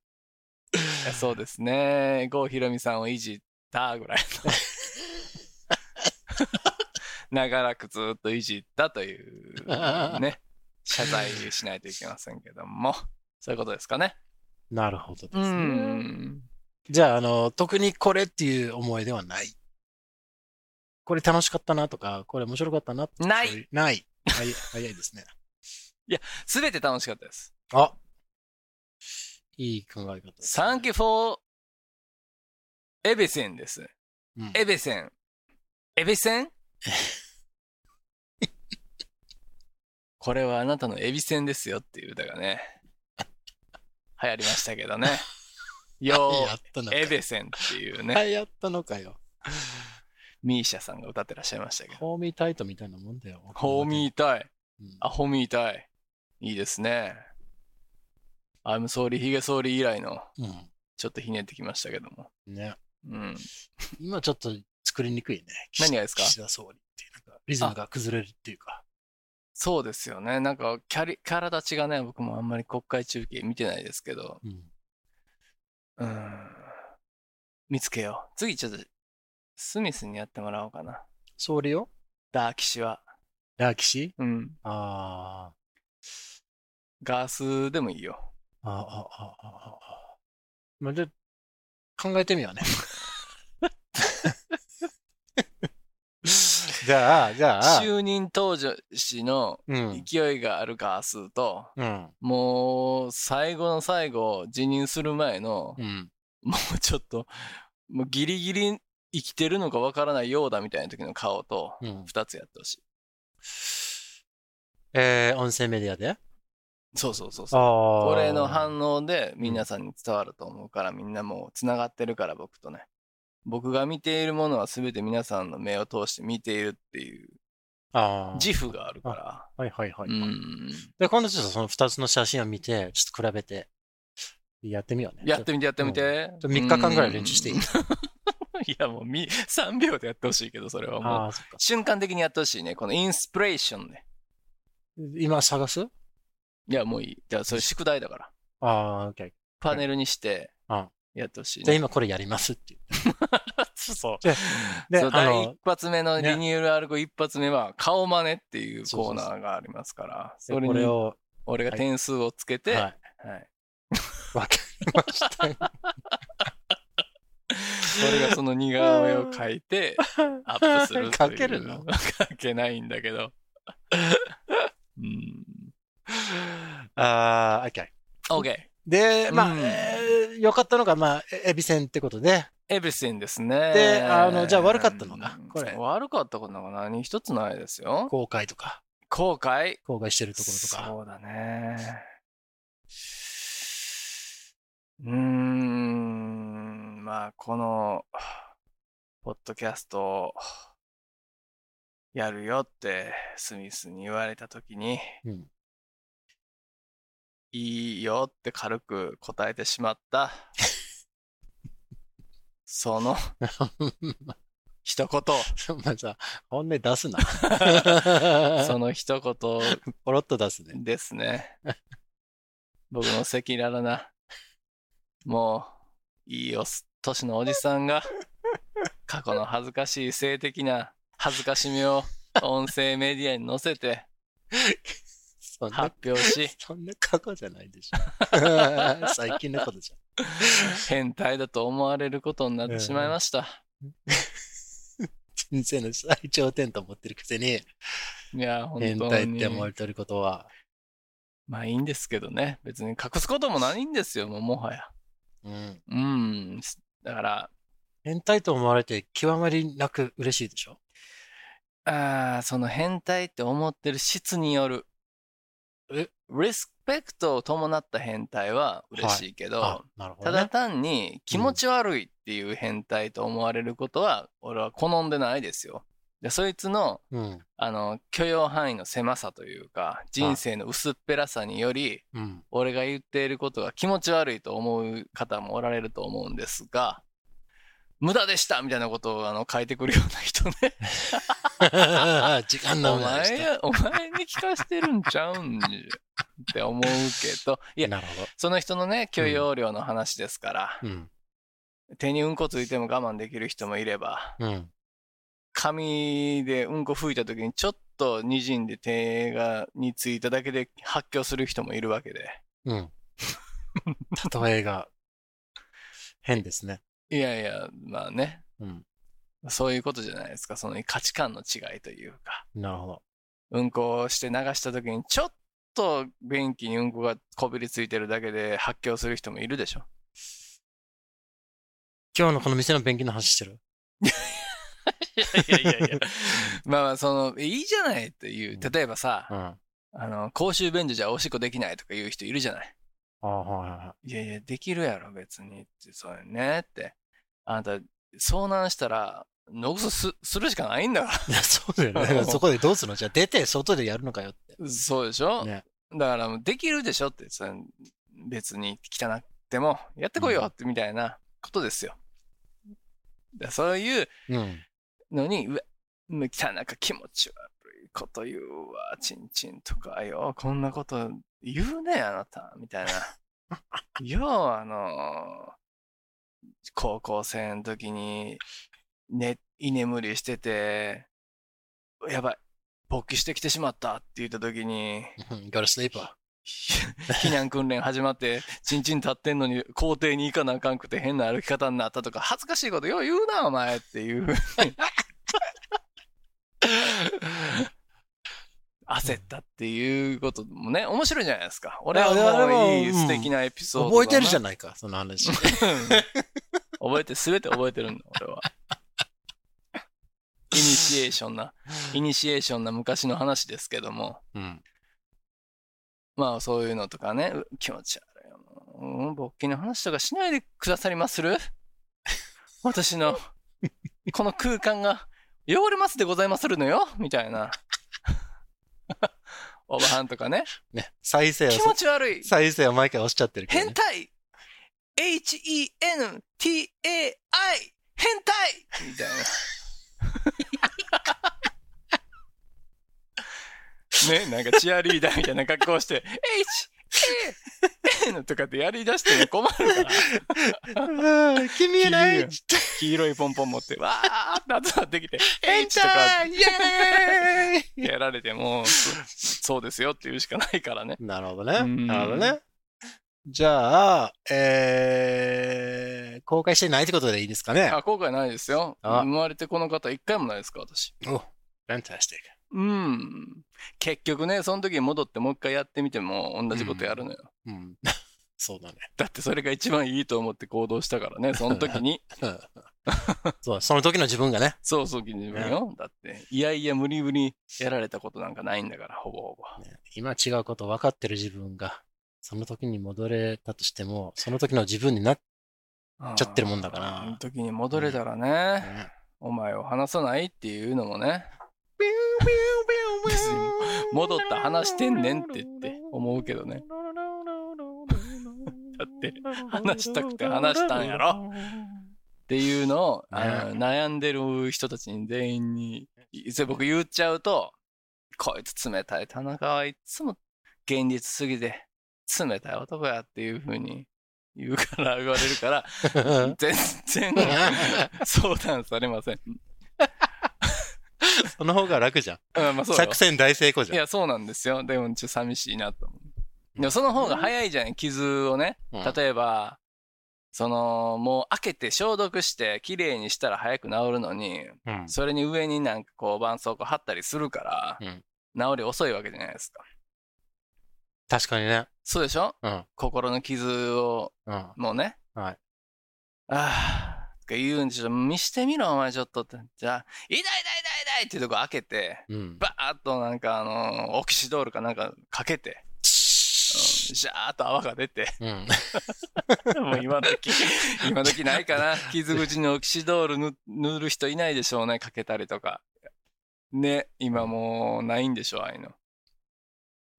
Speaker 1: いやそうですね郷ひろみさんをいじったぐらいの長らくずっといじったというね謝罪しないといけませんけどもそういうことですかね
Speaker 7: なるほどです
Speaker 1: う
Speaker 7: ね。
Speaker 1: ん
Speaker 7: じゃあ、あの、特にこれっていう思いではない。これ楽しかったなとか、これ面白かったなって
Speaker 1: ない
Speaker 7: そううない。早い早いですね。
Speaker 1: 全て楽しかったです
Speaker 7: あいい考え方ですね、
Speaker 1: Thank you for everything です
Speaker 7: うん
Speaker 1: エベセン。エベセン [laughs] これはあなたのエビセンですよっていう歌がね、流行りましたけど [laughs] ね。よ
Speaker 7: やったの
Speaker 1: う、
Speaker 7: か
Speaker 1: エ
Speaker 7: よ。
Speaker 1: ベセンっていうね、
Speaker 7: はい、やったのかよ。
Speaker 1: ミーシャさんが歌ってらっしゃいましたけど。
Speaker 7: ホーミータイトみたいなもんだよ。
Speaker 1: [laughs] ホーミータイ、
Speaker 7: ー、
Speaker 1: アホミータイ。いいですね。I'm sorry, ヒゲソーリー以来の、
Speaker 7: うん。
Speaker 1: ちょっとひねってきましたけども。
Speaker 7: うん。ね。
Speaker 1: うん。
Speaker 7: 今ちょっと作りにくいね。岸
Speaker 1: 何がですか
Speaker 7: 岸田総理っていう、なんかリズムが崩れるっていうか。
Speaker 1: そうですよね。なんか、キャリ、キャラ立ちがね、僕もあんまり国会中継見てないですけど、
Speaker 7: うん。
Speaker 1: うーん。見つけよう。次ちょっと、スミスにやってもらおうかな。
Speaker 7: 総理を
Speaker 1: ダーキシは。
Speaker 7: ラーキシ
Speaker 1: うん。
Speaker 7: あ
Speaker 1: ガースでもいいよ。
Speaker 7: ーあ、ああ、ああ、ああ。まあ、じゃあ考えてみようね。 [laughs] じゃあ、じゃあ、
Speaker 1: 就任当時の
Speaker 7: うん、
Speaker 1: 勢いがあるガースと、
Speaker 7: うん、
Speaker 1: もう、最後の最後、辞任する前の、
Speaker 7: うん。
Speaker 1: もうちょっと、もうギリギリ生きてるのかわからないようだみたいな時の顔と、
Speaker 7: うん、
Speaker 1: 二つやってほしい。
Speaker 7: えー、音声メディアで
Speaker 1: そうそうそうそう。
Speaker 7: こ
Speaker 1: これの反応で皆さんに伝わると思うから、みんなもうつながってるから僕とね僕が見ているものは全て皆さんの目を通して見ているっていう
Speaker 7: あー
Speaker 1: 自負があるから
Speaker 7: はいはいはい。
Speaker 1: うん
Speaker 7: で、今度ちょっとその2つの写真を見て、ちょっと比べて、やってみようね。
Speaker 1: やってみてやってみて、
Speaker 7: ちょっと3日間ぐらい練習していい
Speaker 1: うん [laughs] いやもうみ3秒でやってほしいけどそれはもう
Speaker 7: ああ、そっか。
Speaker 1: 瞬間的にやってほしいねこのインスピレーションね
Speaker 7: 今探す
Speaker 1: いやもういいじゃあそれ宿題だから
Speaker 7: ああ、OK。
Speaker 1: パネルにして
Speaker 7: うん
Speaker 1: やってほしい
Speaker 7: じゃあ
Speaker 1: ね、
Speaker 7: 今これやりますっていう。
Speaker 1: そう
Speaker 7: で、 [laughs] で
Speaker 1: そう
Speaker 7: あ
Speaker 1: 第
Speaker 7: の
Speaker 1: 一、発目の
Speaker 7: ね
Speaker 1: リニューアル後一発目は顔真似っていう
Speaker 7: そう
Speaker 1: コ
Speaker 7: そ
Speaker 1: ー
Speaker 7: うそう
Speaker 1: ナーがありますから、そ
Speaker 7: こ
Speaker 1: れ
Speaker 7: れ
Speaker 1: に
Speaker 7: を、
Speaker 1: 俺が点数をつけて、
Speaker 7: は
Speaker 1: はい
Speaker 7: い。
Speaker 1: はい
Speaker 7: わかりました。
Speaker 1: 俺がその似顔絵を描い
Speaker 7: [laughs]
Speaker 1: てアップするという。
Speaker 7: 描けるの
Speaker 1: 描けないんだけど。 [laughs] うん。
Speaker 7: ああ、OK。
Speaker 1: OK。
Speaker 7: で、まあ、
Speaker 1: うん
Speaker 7: えーよかったのが、まあ、エビセンってことで、
Speaker 1: エブリスインですね。
Speaker 7: であのじゃあ悪かったのが
Speaker 1: うん
Speaker 7: これ
Speaker 1: 悪かったことが何一つないですよ。
Speaker 7: 後悔とか、
Speaker 1: 後悔
Speaker 7: 後悔してるところとか。
Speaker 1: そうだね。うーん、まあ、この、ポッドキャストをやるよって、スミスに言われたときに、
Speaker 7: うん
Speaker 1: いいよって軽く答えてしまった、 [laughs] その一言、
Speaker 7: [laughs] まあさ、本音出すな。
Speaker 1: その一言
Speaker 7: ポロッと出すね。
Speaker 1: です
Speaker 7: [laughs]
Speaker 1: ね。僕の赤裸々な、もう、いいおす、年のおじさんが、過去の恥ずかしい性的な恥ずかしみを音声メディアに載せて
Speaker 7: そんな
Speaker 1: 発表し、
Speaker 7: そんな過去じゃないでし
Speaker 1: [laughs]
Speaker 7: ょ。最近のことじ
Speaker 1: 変態だと思われることになってしまいました。
Speaker 7: ゃん。人生の最頂点と思ってるくせに、
Speaker 1: いや、本
Speaker 7: 変
Speaker 1: 当
Speaker 7: 態って思わ
Speaker 1: に。
Speaker 7: れてることは、
Speaker 1: まあいいんですけどね。別に隠すこともないんですよ、もうもはや。
Speaker 7: うん、
Speaker 1: うん。だから、
Speaker 7: 変態と思われて極まりなく嬉しいでしょ。
Speaker 1: ああ、その変態って思ってる質による。えリスペクトを伴った変態は嬉しいけど、
Speaker 7: あ、なるほ
Speaker 1: た
Speaker 7: ど、
Speaker 1: だ
Speaker 7: ね。
Speaker 1: 単に気持ち悪いっていう変態と思われることは、俺は好んでないですよ。で、そいつの、
Speaker 7: うん。
Speaker 1: あの、許容範囲の狭さというか、人生の薄っぺらさにより、 [laughs]
Speaker 7: うん。
Speaker 1: 俺が言っていることが気持ち悪いと思う方もおられると思うんですが、無駄でしたみたいなことをあの書いてくるような人ね。
Speaker 7: 時間の
Speaker 1: お
Speaker 7: 無駄でし
Speaker 1: 前、お前に聞かしてるんちゃうんじゃって思うけど、い
Speaker 7: た。
Speaker 1: や、
Speaker 7: なるほ
Speaker 1: その人のね、許容量の話ですから、
Speaker 7: ど。うん。
Speaker 1: 手にうんこついても我慢できる人もいれば、
Speaker 7: うん。
Speaker 1: 紙でうんこ吹いた時にちょっと滲んで手がについただけで発狂する人もいるわけで。
Speaker 7: うん。例えが、変ですね。
Speaker 1: いやいや、まあね、
Speaker 7: うん。
Speaker 1: そういうことじゃないですか、その価値観の違いというか。
Speaker 7: なるほど。
Speaker 1: うんこをして流した時にちょっと便器にうんこがこびりついてるだけで発狂する人もいるでしょ。
Speaker 7: 今日のこの店の便器の話してる
Speaker 1: いやいやいやいや [laughs] まあまあそのいいじゃないっていう
Speaker 7: うん
Speaker 1: 例えばさ、
Speaker 7: うん。あ
Speaker 1: あの公衆便所じゃおしっこできないとか言う人いるじゃない
Speaker 7: あ、はいはいはい。
Speaker 1: いやいやできるやろ別にってそうよねってあなた遭難したらノクすするしかないんだか
Speaker 7: いや、そうだよね。だ
Speaker 1: [laughs]
Speaker 7: からそこでどうするのじゃあ出て外でやるのかよって。
Speaker 1: ら [laughs] そうでしょ、
Speaker 7: ね
Speaker 1: だからもうできるでしょってその別に汚くてもやってこいよってみたいなことですよ、だからそういう
Speaker 7: うん。
Speaker 1: のに、うわ、むきたなんか気持ち悪いこと言うわ、ちんちんとかよ、こんなこと言うね、あなた、みたいな。よう、あの高校生の時に、ね、居眠りしてて、やばい、勃起してきてしまったって言った時に、 [laughs]
Speaker 7: ゴルスリーパー。
Speaker 1: ひ避難訓練始まって、ちんちん立ってんのに校庭に行かなあかんくて変な歩き方になったとか、恥ずかしいことよう言うな、お前っていう。焦ったっていうこともね、面白いじゃないですか。俺はい
Speaker 7: や
Speaker 1: もうい
Speaker 7: で
Speaker 1: い
Speaker 7: もうん
Speaker 1: 素敵なエピソードだ
Speaker 7: 覚えてるじゃ
Speaker 1: ん。
Speaker 7: ないか、その話。
Speaker 1: [laughs] 覚えて、すべて覚えてるんだ、俺は。
Speaker 7: [laughs]
Speaker 1: イニシエーションな、イニシエーションな昔の話ですけども。
Speaker 7: うん。
Speaker 1: まあそういうのとかね、う気持ち悪いよもう。勃起の話とかしないでくださります [laughs] る私の、この空間が汚れますでございまするのよみたいな。 [laughs] おばはんとかね。
Speaker 7: ね、再生を
Speaker 1: 気、持ち悪い
Speaker 7: 再生を毎回押しちゃってるけど、
Speaker 1: 変
Speaker 7: ね。
Speaker 1: 態 !H-E-N-T-A-I 変態みたい [laughs] な。ね、なんかチアリーダーみたいな格好をして、H-A-N とかってやりだしても困るから、
Speaker 7: うん君やな
Speaker 1: 君
Speaker 7: い
Speaker 1: や黄色いポンポン持って、わーって集まってきて、
Speaker 7: 変
Speaker 1: H とか
Speaker 7: 態イエー
Speaker 1: やられても、そうですよって言うしかないからね。
Speaker 7: イなるほどね。
Speaker 1: うん
Speaker 7: なるほどね。じゃあ、えー、公開してないってことでいいですかね。
Speaker 1: あ、後悔ないですよ。
Speaker 7: あ
Speaker 1: 生まれてこの方一回もないですか、私。
Speaker 7: お、ファンタスティッ
Speaker 1: うん。結局ね、その時に戻ってもう一回やってみても同じことやるのよ。
Speaker 7: ク。うん。そうだね。 [laughs]
Speaker 1: だってそれが一番いいと思って行動したからね、その時に。
Speaker 7: うんそう、その時の自分がね。
Speaker 1: そうそう、自分よ。だって、いやいや、無理無理やられたことなんかないんだから、ほぼほぼ。
Speaker 7: 今違うこと分かってる自分が、その時に戻れたとしても、その時の自分になっ
Speaker 1: [laughs]
Speaker 7: ちゃってるもんだから
Speaker 1: うん時に戻れたらね、
Speaker 7: ね
Speaker 1: お前を話さないっていうのもね。別に戻った話してんねんって言って思うけどね。だって、話したくて話したんやろっていうのを、あの悩んでる人たちに全員に、いそれ僕言っちゃうと、こいつ冷たい田中はいつも現実すぎて冷たい男やっていう風に言うから、言われるから、全然相談されません。
Speaker 7: その方が楽じゃん。
Speaker 1: うん、まあそうよ
Speaker 7: 作戦大成功じ
Speaker 1: い
Speaker 7: ゃん。
Speaker 1: や、そうなんですよ。でも、ちょっと寂しいなと思う。でも、その方が早いじゃん、傷をね。
Speaker 7: うん
Speaker 1: 例えば、その、もう開けて消毒して、綺麗にしたら早く治るのに、
Speaker 7: うん
Speaker 1: それに上になんかこう、絆創膏貼ったりするから、
Speaker 7: うん
Speaker 1: 治り遅いわけじゃないですか。
Speaker 7: 確かにね。
Speaker 1: そうでしょ
Speaker 7: うん。
Speaker 1: 心の傷を、
Speaker 7: うん。
Speaker 1: もうね。
Speaker 7: はい。
Speaker 1: ああ、とか言うんでしょ。見してみろ、お前ちょっとって。じゃあ、痛い痛い痛い痛いっていうとこ開けて、 [laughs]
Speaker 7: うん。
Speaker 1: バーッとなんかあのオキシドールかなんかかけて、うん、ジャーッと泡が出て、
Speaker 7: うん。
Speaker 1: もう今時、 [laughs] 今時ないかな。傷口にオキシドール塗塗る人いないでしょうね、かけたりとか。ね、今もうないんでしょう、ああいうの。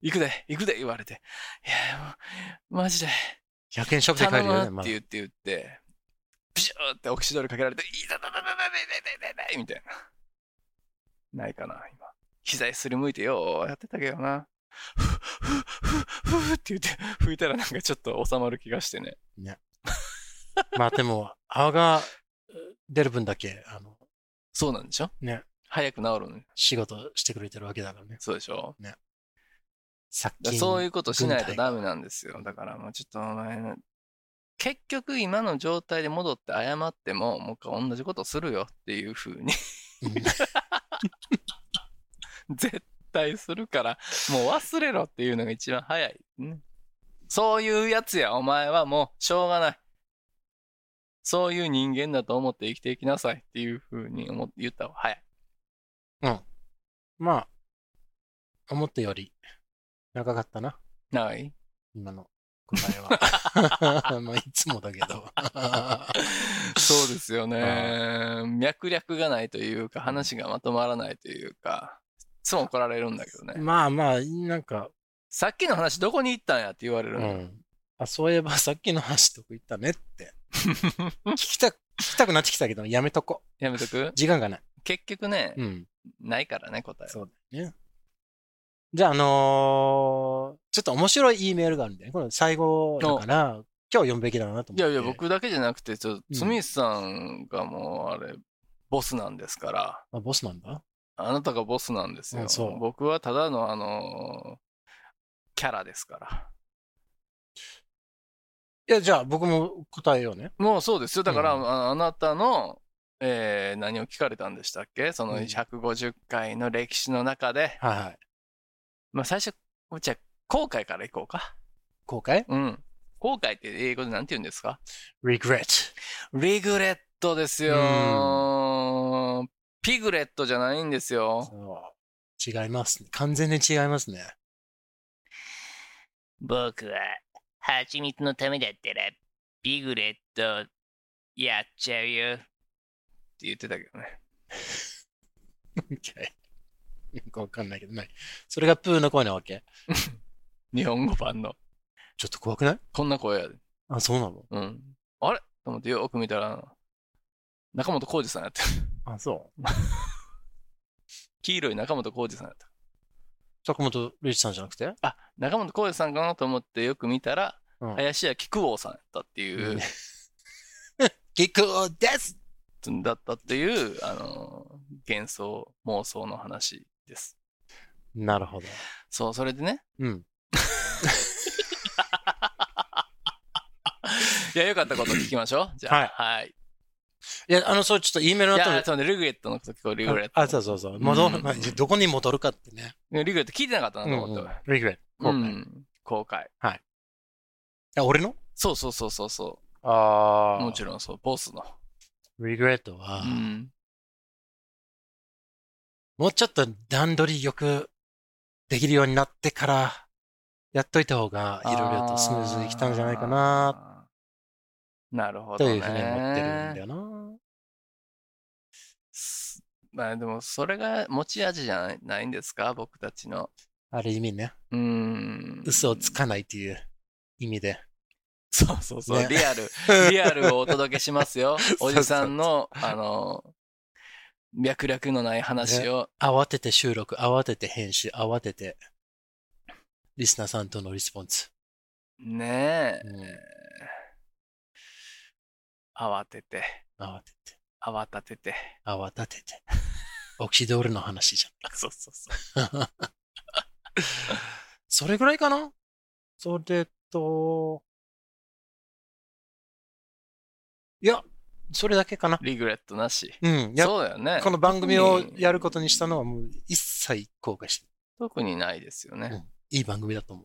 Speaker 1: 行くで、行くで、言われて。いや、もう、マジで、
Speaker 7: 100円ショップで買え
Speaker 1: 頼
Speaker 7: るよね、
Speaker 1: む
Speaker 7: ま
Speaker 1: って言
Speaker 7: だ。
Speaker 1: って言って、ピシューってオキシドールかけられて、いたたたたたたたたたみたいな。ないかな、今。膝すりむいてようやってたけどな。ふっふっふっふっふって言って、拭いたらなんかちょっと収まる気がしてね。
Speaker 7: まあでも、泡が出る分だけ、あの、
Speaker 1: そうなんでしょ
Speaker 7: ね。
Speaker 1: 早く治るのに
Speaker 7: 仕事してくれてるわけだからね。
Speaker 1: そうでしょ
Speaker 7: 殺
Speaker 1: だ
Speaker 7: 菌。。
Speaker 1: そういううことしないと
Speaker 7: 軍隊
Speaker 1: ダメなんですよ。だからもうちょっとお前の、結局今の状態で戻って謝っても、もう一回同じことするよっていう風に
Speaker 7: うん。
Speaker 1: [laughs] 絶対するから、もう忘れろっていうのが一番早い、ね。そういうやつや、お前はもうしょうがない。そういう人間だと思って生きていきなさいっていう風に思言った方が早い。
Speaker 7: まあ、思ったより、長かったな。
Speaker 1: ない
Speaker 7: [laughs] 今の答
Speaker 1: [laughs]
Speaker 7: えは。まあ、いつもだけど。
Speaker 1: そうですよね。脈略がないというか、話がまとまらないというか、いつも怒られるんだけどね。
Speaker 7: まあまあ、なんか、
Speaker 1: さっきの話どこに行ったんやって言われ
Speaker 7: う
Speaker 1: るの。
Speaker 7: ん。あ、そういえばさっきの話とこ行ったねって。聞きた、聞きたくなってきたけど、やめとこ。
Speaker 1: やめとく
Speaker 7: 時間がない。
Speaker 1: 結局ね、
Speaker 7: うん。
Speaker 1: ないからね、答えは。
Speaker 7: そうだよね。じゃあ、あのーちょっと面白い E メールがあるんだよね。これ最後だから、今日読むべきだなと
Speaker 1: い
Speaker 7: 思って。
Speaker 1: やいや、僕だけじゃなくて、ちょっと、
Speaker 7: うん
Speaker 1: スミスさんがもう、あれ、ボスなんですから、
Speaker 7: あボスなんだ。
Speaker 1: あなたがボスなんですよ
Speaker 7: あ。そう
Speaker 1: 僕はただの、あのーキャラですから。
Speaker 7: いや、じゃあ、僕も答えようね。
Speaker 1: もうそうですよ。だから、
Speaker 7: うん
Speaker 1: ああなたの、えー何を聞かれたんでしたっけその
Speaker 7: うん
Speaker 1: 150回の歴史の中で、
Speaker 7: はいはい。
Speaker 1: まあ最初、じゃあ後悔からいこうか。
Speaker 7: 後悔
Speaker 1: うん。後悔って英語でなんて言うんですか
Speaker 7: ?regret。
Speaker 1: リグレットですよ。ピグレットじゃないんですよ。
Speaker 7: そう。違いますね。完全に違いますね。
Speaker 8: 僕は、蜂蜜のためだったら、ビグレット、やっちゃうよ。
Speaker 1: って言ってたけどね。
Speaker 7: よくわかんないけど、ない。それがプーの声なわけ。
Speaker 1: 日本語版の。
Speaker 7: ちょっと怖くない
Speaker 1: こんな声やで。
Speaker 7: あ、そうなの
Speaker 1: うん。あれと思ってよく見たら、中本浩二さんやった。
Speaker 7: あ、そ
Speaker 1: [laughs]
Speaker 7: う。
Speaker 1: 黄色い中本浩二さんやった。
Speaker 7: 坂本龍一さんじゃなくて
Speaker 1: あ、中本浩二さんかなと思ってよく見たら、
Speaker 7: うん
Speaker 1: 林家木久扇さんやったっていう、
Speaker 7: 結構です
Speaker 1: だったっていう、あのー幻想、妄想の話です。
Speaker 7: なるほど。
Speaker 1: そう、それでね。
Speaker 7: うん。
Speaker 1: [laughs] いや、よかったこと聞きましょう。じゃあ、はい。
Speaker 7: いや、あの、そう、ちょっと E メール
Speaker 1: い、
Speaker 7: の後
Speaker 1: や、
Speaker 7: に
Speaker 1: ちょっとね、リグレットのこと聞こう、リグレット。
Speaker 7: あ、そうそうそう。戻る、
Speaker 1: うん
Speaker 7: まあどこに戻るかってね。
Speaker 1: リグレット聞いてなかったなと思って。
Speaker 7: regret。後
Speaker 1: う
Speaker 7: 悔
Speaker 1: ん。後悔。
Speaker 7: あ俺の
Speaker 1: そうそうそうそうそう。
Speaker 7: あ
Speaker 1: もちろんそう、ボスの。
Speaker 7: regret は、
Speaker 1: うん。
Speaker 7: もうちょっと段取りよくできるようになってから、やっといた方が、いろいろとスムーズに来たんじゃないかな、
Speaker 1: あー。なるほ
Speaker 7: と
Speaker 1: ど、ね。
Speaker 7: いうふうに思ってるんだよな。
Speaker 1: すまあでも、それが持ち味じゃないないんですか僕たちの。
Speaker 7: ある意味ね、
Speaker 1: うーん。
Speaker 7: 嘘をつかないという意味で。
Speaker 1: そうそうそう、
Speaker 7: ね。
Speaker 1: リアル、リアルをお届けしますよ
Speaker 7: [laughs] そ
Speaker 1: お
Speaker 7: う
Speaker 1: じさんの、あの、脈絡のない話を。
Speaker 7: 慌てて収録、慌てて編集、慌てて、リスナーさんとのリスポンス。
Speaker 1: ね
Speaker 7: う
Speaker 1: え、
Speaker 7: ん
Speaker 1: 慌てて、
Speaker 7: 慌てて、
Speaker 1: 慌たてて。
Speaker 7: 慌たて [laughs] て。オキシドールの話じ
Speaker 1: [laughs] そうそうそう。
Speaker 7: ゃん。それぐらいかなそれと、いや、それだけかな。
Speaker 1: リグレットなし。
Speaker 7: うん。や
Speaker 1: そうだよね。
Speaker 7: この番組をやることにしたのはもう一切後悔して
Speaker 1: 特にないですよね。
Speaker 7: いい番組だと
Speaker 1: う
Speaker 7: 思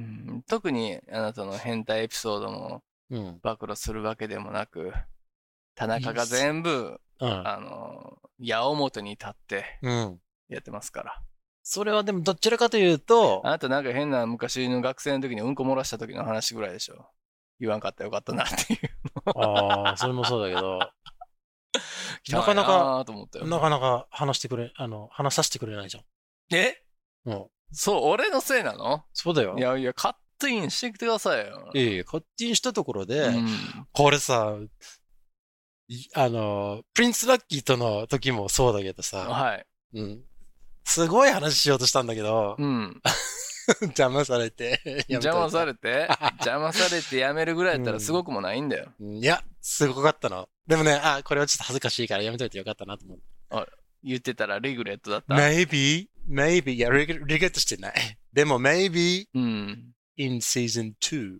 Speaker 1: ん特にあなたの変態エピソードも
Speaker 7: う。うん。
Speaker 1: 暴露するわけでもなく、田中が全部、
Speaker 7: うん。
Speaker 1: あの、矢面に立って
Speaker 7: うん。
Speaker 1: やってますから。
Speaker 7: それはでもどちらかというと [laughs]
Speaker 1: あ、なたなんか変な昔の学生の時にうんこ漏らした時の話ぐらいでしょ。言わんかったらよかったなっていう。
Speaker 7: ああ、それもそうだけど、な
Speaker 1: なか
Speaker 7: か [laughs] な
Speaker 1: な
Speaker 7: か
Speaker 1: か。と思ったよ。
Speaker 7: なかなか話してくれ、あの、話させてくれないじゃん。
Speaker 1: え
Speaker 7: うん
Speaker 1: そう、俺のせいなの
Speaker 7: そうだよ
Speaker 1: い。やいや、カットインしてきてくださいよ。
Speaker 7: いやいや、カッチンしたところで、
Speaker 1: うん
Speaker 7: これさ、いあの、プリンスラッキーとの時もそうだけどさ、
Speaker 1: はい。
Speaker 7: うん。すごい話しようとしたんだけど、
Speaker 1: うん。
Speaker 7: [laughs] 邪魔さ
Speaker 1: [laughs]
Speaker 7: れて、やめた
Speaker 1: 邪魔され
Speaker 7: [laughs]
Speaker 1: て、邪魔されてやめるぐらいやった
Speaker 7: う
Speaker 1: ら
Speaker 7: ん
Speaker 1: すごくもないんだよ。
Speaker 7: いや、すごかったの。でもね、あ、これはちょっと恥ずかしいからやめといてよかったなと思う。
Speaker 1: 言ってたらリグレットだった。
Speaker 7: Maybe, maybe, いや、リグリグレットしてない。でも、maybe
Speaker 1: うん。
Speaker 7: in season 2,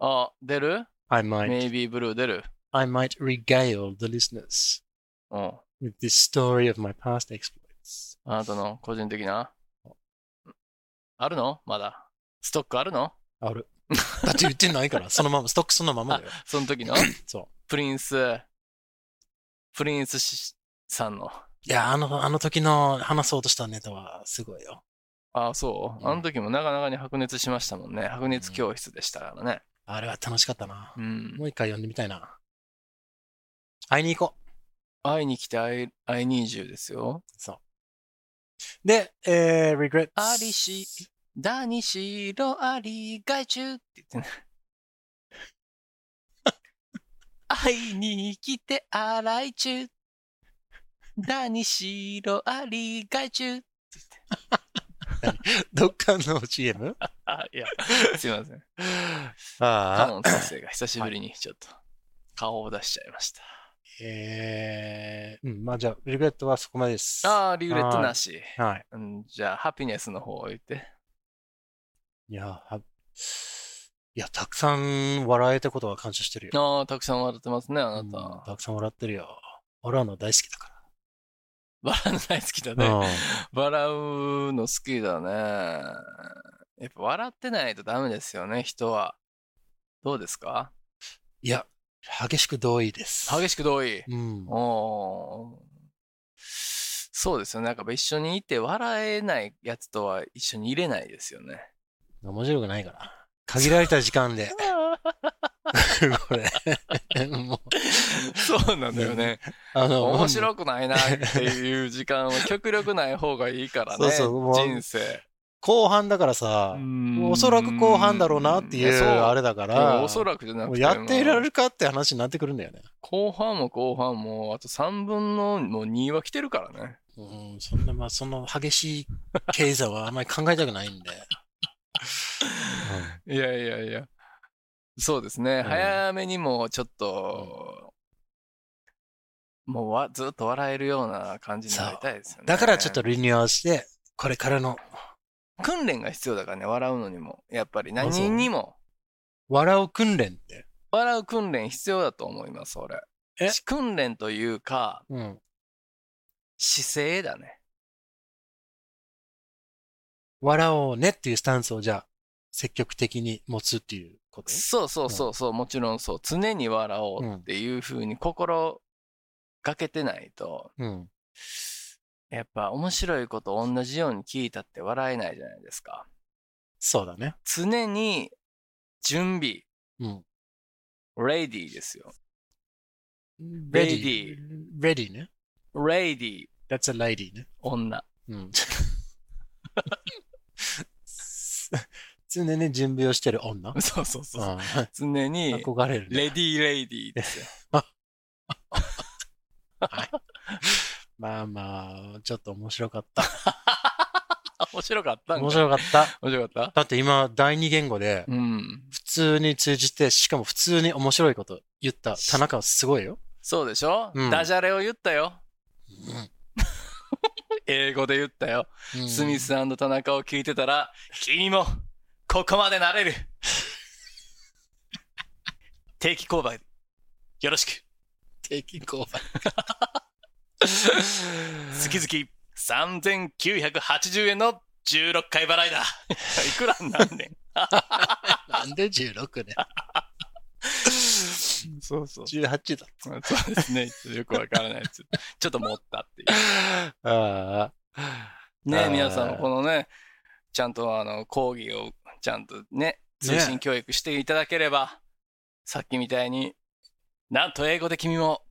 Speaker 1: あ、出る
Speaker 7: I might,
Speaker 1: ?Maybe Blue 出る
Speaker 7: I might regale the listeners
Speaker 1: うん。
Speaker 7: with the story of my past exploits.
Speaker 1: あなたの個人的な。あるのまだ。ストックあるの
Speaker 7: ある。だって言ってないから、そのまま、ストックその
Speaker 1: [laughs]
Speaker 7: ままだよ。
Speaker 1: その時の
Speaker 7: そ
Speaker 1: プリンス、プリンスしさんの。
Speaker 7: う。いや、あの、あの時の話そうとしたネタはすごいよ。
Speaker 1: ああ、そうう。
Speaker 7: ん
Speaker 1: あの時もなかなかに白熱しましたもんね。白熱教室でしたからね。
Speaker 7: あれは楽しかったな
Speaker 1: う。ん
Speaker 7: も。う一回読んでみたいな。会いに行こう。
Speaker 1: 会いに来て会い、会いに移住ですよ。
Speaker 7: そう。で、えー、regrets。
Speaker 1: ありし、だにしろあり、外中って言ってね。 [laughs] 会いに来て洗い中。だにしろあり、外中。
Speaker 7: [laughs] どっか
Speaker 1: [laughs]
Speaker 7: の CM?
Speaker 1: あ、いや、すいません。カ
Speaker 7: ああ。
Speaker 1: モン先生が久しぶりにちょっと顔を出しちゃいました。
Speaker 7: えー、うん、まあじゃあ、regret はそこまでです。
Speaker 1: ああ、リグレットなし。
Speaker 7: はい。
Speaker 1: うん、じゃあ、ハピネスの方を言って。
Speaker 7: いや、はいや、たくさん笑えたことは感謝してるよ。
Speaker 1: ああ、たくさん笑ってますね、あな
Speaker 7: うん
Speaker 1: た。
Speaker 7: たくさん笑ってるよ。笑うの大好きだか
Speaker 1: 笑うの大好きだ
Speaker 7: ら。
Speaker 1: ね。笑うの好きだね。やっぱ笑ってないとダメですよね、人は。どうですか
Speaker 7: いや、激しく同意です。
Speaker 1: 激しく同意。
Speaker 7: うん。
Speaker 1: おーそうですよね。なんかやっぱ一緒にいて笑えないやつとは一緒にいれないですよ
Speaker 7: [laughs]
Speaker 1: ね。
Speaker 7: 面白くないから。限られた時間で。 [laughs] これ。 [laughs] もう、
Speaker 1: そうなんだよね。
Speaker 7: あの、
Speaker 1: 面白くないなっていう時間は極力ない方がいいからね。
Speaker 7: [laughs] そうそうもう
Speaker 1: 人生。
Speaker 7: 後半だからさ、おそらく後半だろうなっていう、
Speaker 1: そう
Speaker 7: あれだから、
Speaker 1: おそらくじゃな
Speaker 7: も
Speaker 1: く
Speaker 7: う
Speaker 1: て。
Speaker 7: やっていられるかって話になってくるんだよね。
Speaker 1: 後半も後半も、あと3分のもう2は来てるからね。
Speaker 7: うん、そんな、まあ、その激しい経済はあんまり考えたくないんで。
Speaker 1: いやいやいや。そうですね。早めにもうちょっと、もうわずっと笑えるような感じになりたいですよね。
Speaker 7: だからちょっとリニューアルして、これからの、
Speaker 1: 訓練が必要だからね、笑うのにも。やっぱり
Speaker 7: あそう
Speaker 1: 何にも。
Speaker 7: 笑う訓練って。
Speaker 1: 笑う訓練必要だと思います、俺。
Speaker 7: え
Speaker 1: 訓練というか、
Speaker 7: うん。
Speaker 1: 姿勢だね。
Speaker 7: 笑おうねっていうスタンスをじゃあ、積極的に持つっていうこと
Speaker 1: そうそうそうそう、もちろんそう。常に笑おうっていうふうに心かけてないと、
Speaker 7: うん。
Speaker 1: やっぱ面白いこと同じように聞いたって笑えないじゃないですか。
Speaker 7: そうだね。
Speaker 1: 常に準備、
Speaker 7: うん。
Speaker 1: レディーですよ。
Speaker 7: レ
Speaker 1: Ready
Speaker 7: レディね。
Speaker 1: レディー、
Speaker 7: That's a lady ね。
Speaker 1: 女。 [laughs]
Speaker 7: [laughs] うん。常に準備をしてる女。
Speaker 1: そうそうそうう。
Speaker 7: ん
Speaker 1: 常に、
Speaker 7: [laughs] 憧れるね。
Speaker 1: レディーレディーですよ。
Speaker 7: まあまあ、ちょっと面白かった。
Speaker 1: 面白かったんかい
Speaker 7: [laughs] 面白かった。
Speaker 1: 面白かった
Speaker 7: だって今、第二言語で、
Speaker 1: うん。
Speaker 7: 普通に通じて、しかも普通に面白いこと言った田中はすごいよ。
Speaker 1: そうでしょ、
Speaker 7: うん
Speaker 1: ダジャレを言ったよ。英語で言ったよ。
Speaker 7: うん
Speaker 1: スミス田中を聞いてたら、君も、ここまでなれる。 [laughs] 定期購買、よろしく。
Speaker 7: 定期購買。
Speaker 1: 月々3980円の16回払いだ。 [laughs] いくらになんね
Speaker 7: なんで16ね。 [laughs]
Speaker 1: ん。そうそう。
Speaker 7: 18だ。
Speaker 1: [laughs] そうですね。よくわからないです。ちょっと持ったっていう。
Speaker 7: あ
Speaker 1: ね
Speaker 7: あー
Speaker 1: 皆さんもこのね、ちゃんとあの、講義をちゃんとね、通信教育していただければ、さっきみたいに、なんと英語で君も、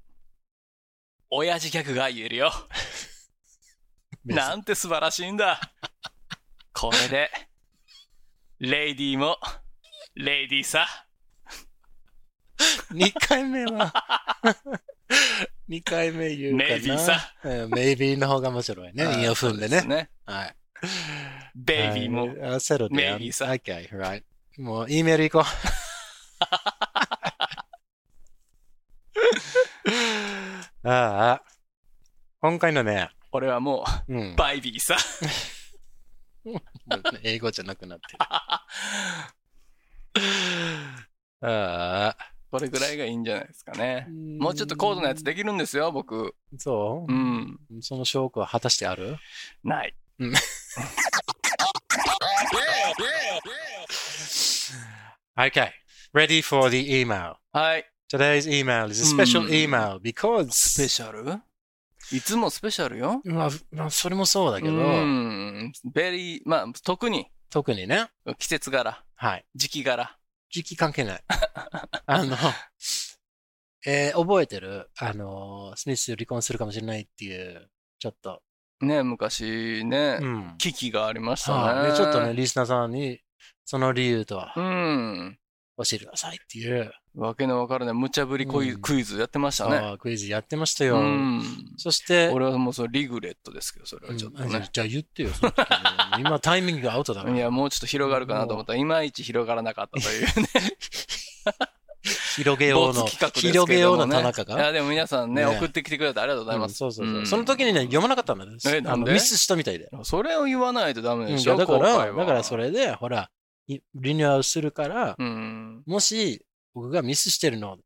Speaker 1: 親父ギャグが言えるよ。
Speaker 7: あ。
Speaker 1: なんて素晴らしいんだ。これで、レイディーも、レイディーさ。
Speaker 7: 2回目は。2回目言うかな。
Speaker 1: メイビーさ。
Speaker 7: うん。メイビーの方が面白いね。韻を踏んで
Speaker 1: そうす
Speaker 7: ね。
Speaker 1: ね。
Speaker 7: はい。
Speaker 1: ベイビーも。
Speaker 7: あ、セロで。
Speaker 1: メイビーさ
Speaker 7: Okay, right. もう、E メール
Speaker 1: [laughs]
Speaker 7: 行こう。ああ。今回のね、
Speaker 1: 俺はも
Speaker 7: うん
Speaker 1: う、。バイビーさ。
Speaker 7: もうね英語じゃなくなってる。
Speaker 1: [laughs]
Speaker 7: ああ。
Speaker 1: これぐらいがいいんじゃないですかね。もうちょっと高度なやつできるんですよ、僕。
Speaker 7: そう
Speaker 1: う、ん。
Speaker 7: その証拠は果たしてある
Speaker 1: ない。
Speaker 7: Okay. Ready for the email.
Speaker 1: はい。
Speaker 7: Today's email is a special
Speaker 1: Mm.
Speaker 7: email
Speaker 1: スペ
Speaker 7: because
Speaker 1: シャルいつもスペシャルよ。
Speaker 7: まあ、まあ、それもそうだけど、
Speaker 1: うん。ベリー、まあ、特に、
Speaker 7: 特にね、
Speaker 1: 季節柄、
Speaker 7: はい。
Speaker 1: 時期柄。
Speaker 7: 時期関
Speaker 1: [laughs]
Speaker 7: 係ない。あの、えー覚えてるあの、スミス離婚するかもしれないっていう、ちょっと、
Speaker 1: ね、昔ね、
Speaker 7: うん。
Speaker 1: 危機がありました
Speaker 7: はい
Speaker 1: ね。
Speaker 7: でちょっとね、。リスナーさんに、その理由とは
Speaker 1: う、ん。
Speaker 7: 教えてくださいっていう、
Speaker 1: わけのわからない無茶ぶりクイ,、
Speaker 7: うん
Speaker 1: クイズやってましたね。
Speaker 7: あークイズやってました
Speaker 1: う
Speaker 7: よ。
Speaker 1: ん。
Speaker 7: そして、
Speaker 1: 俺はもうそれリグレットですけど、それ
Speaker 7: う
Speaker 1: は
Speaker 7: ん
Speaker 1: ちょっと
Speaker 7: あじゃあ
Speaker 1: ね。
Speaker 7: じゃあ言ってよ、その時に今タイミングがアウトだから。
Speaker 1: いや、もうちょっと広がるかなと思ったら、いまいち広がらなかったと
Speaker 7: [laughs]
Speaker 1: いうね。
Speaker 7: 広げようの、
Speaker 1: 没企画ですけどもね
Speaker 7: 広げようの田中が
Speaker 1: い。や、でも皆さんね、
Speaker 7: ね
Speaker 1: 送ってきてくれてありがとうございま
Speaker 7: うん
Speaker 1: す。
Speaker 7: そうそうそう、
Speaker 1: うん
Speaker 7: その時にね、読まなかったんだよ。
Speaker 1: えなんで
Speaker 7: あのミスしたみたいで。
Speaker 1: それを言わないとダメ
Speaker 7: うん
Speaker 1: で
Speaker 7: い
Speaker 1: しょ、
Speaker 7: や
Speaker 1: う
Speaker 7: だか
Speaker 1: 今
Speaker 7: ら、
Speaker 1: 回は
Speaker 7: だからそ。れで、ほら、いリニューアルするから、
Speaker 1: うん。
Speaker 7: もし僕がミスしてるの、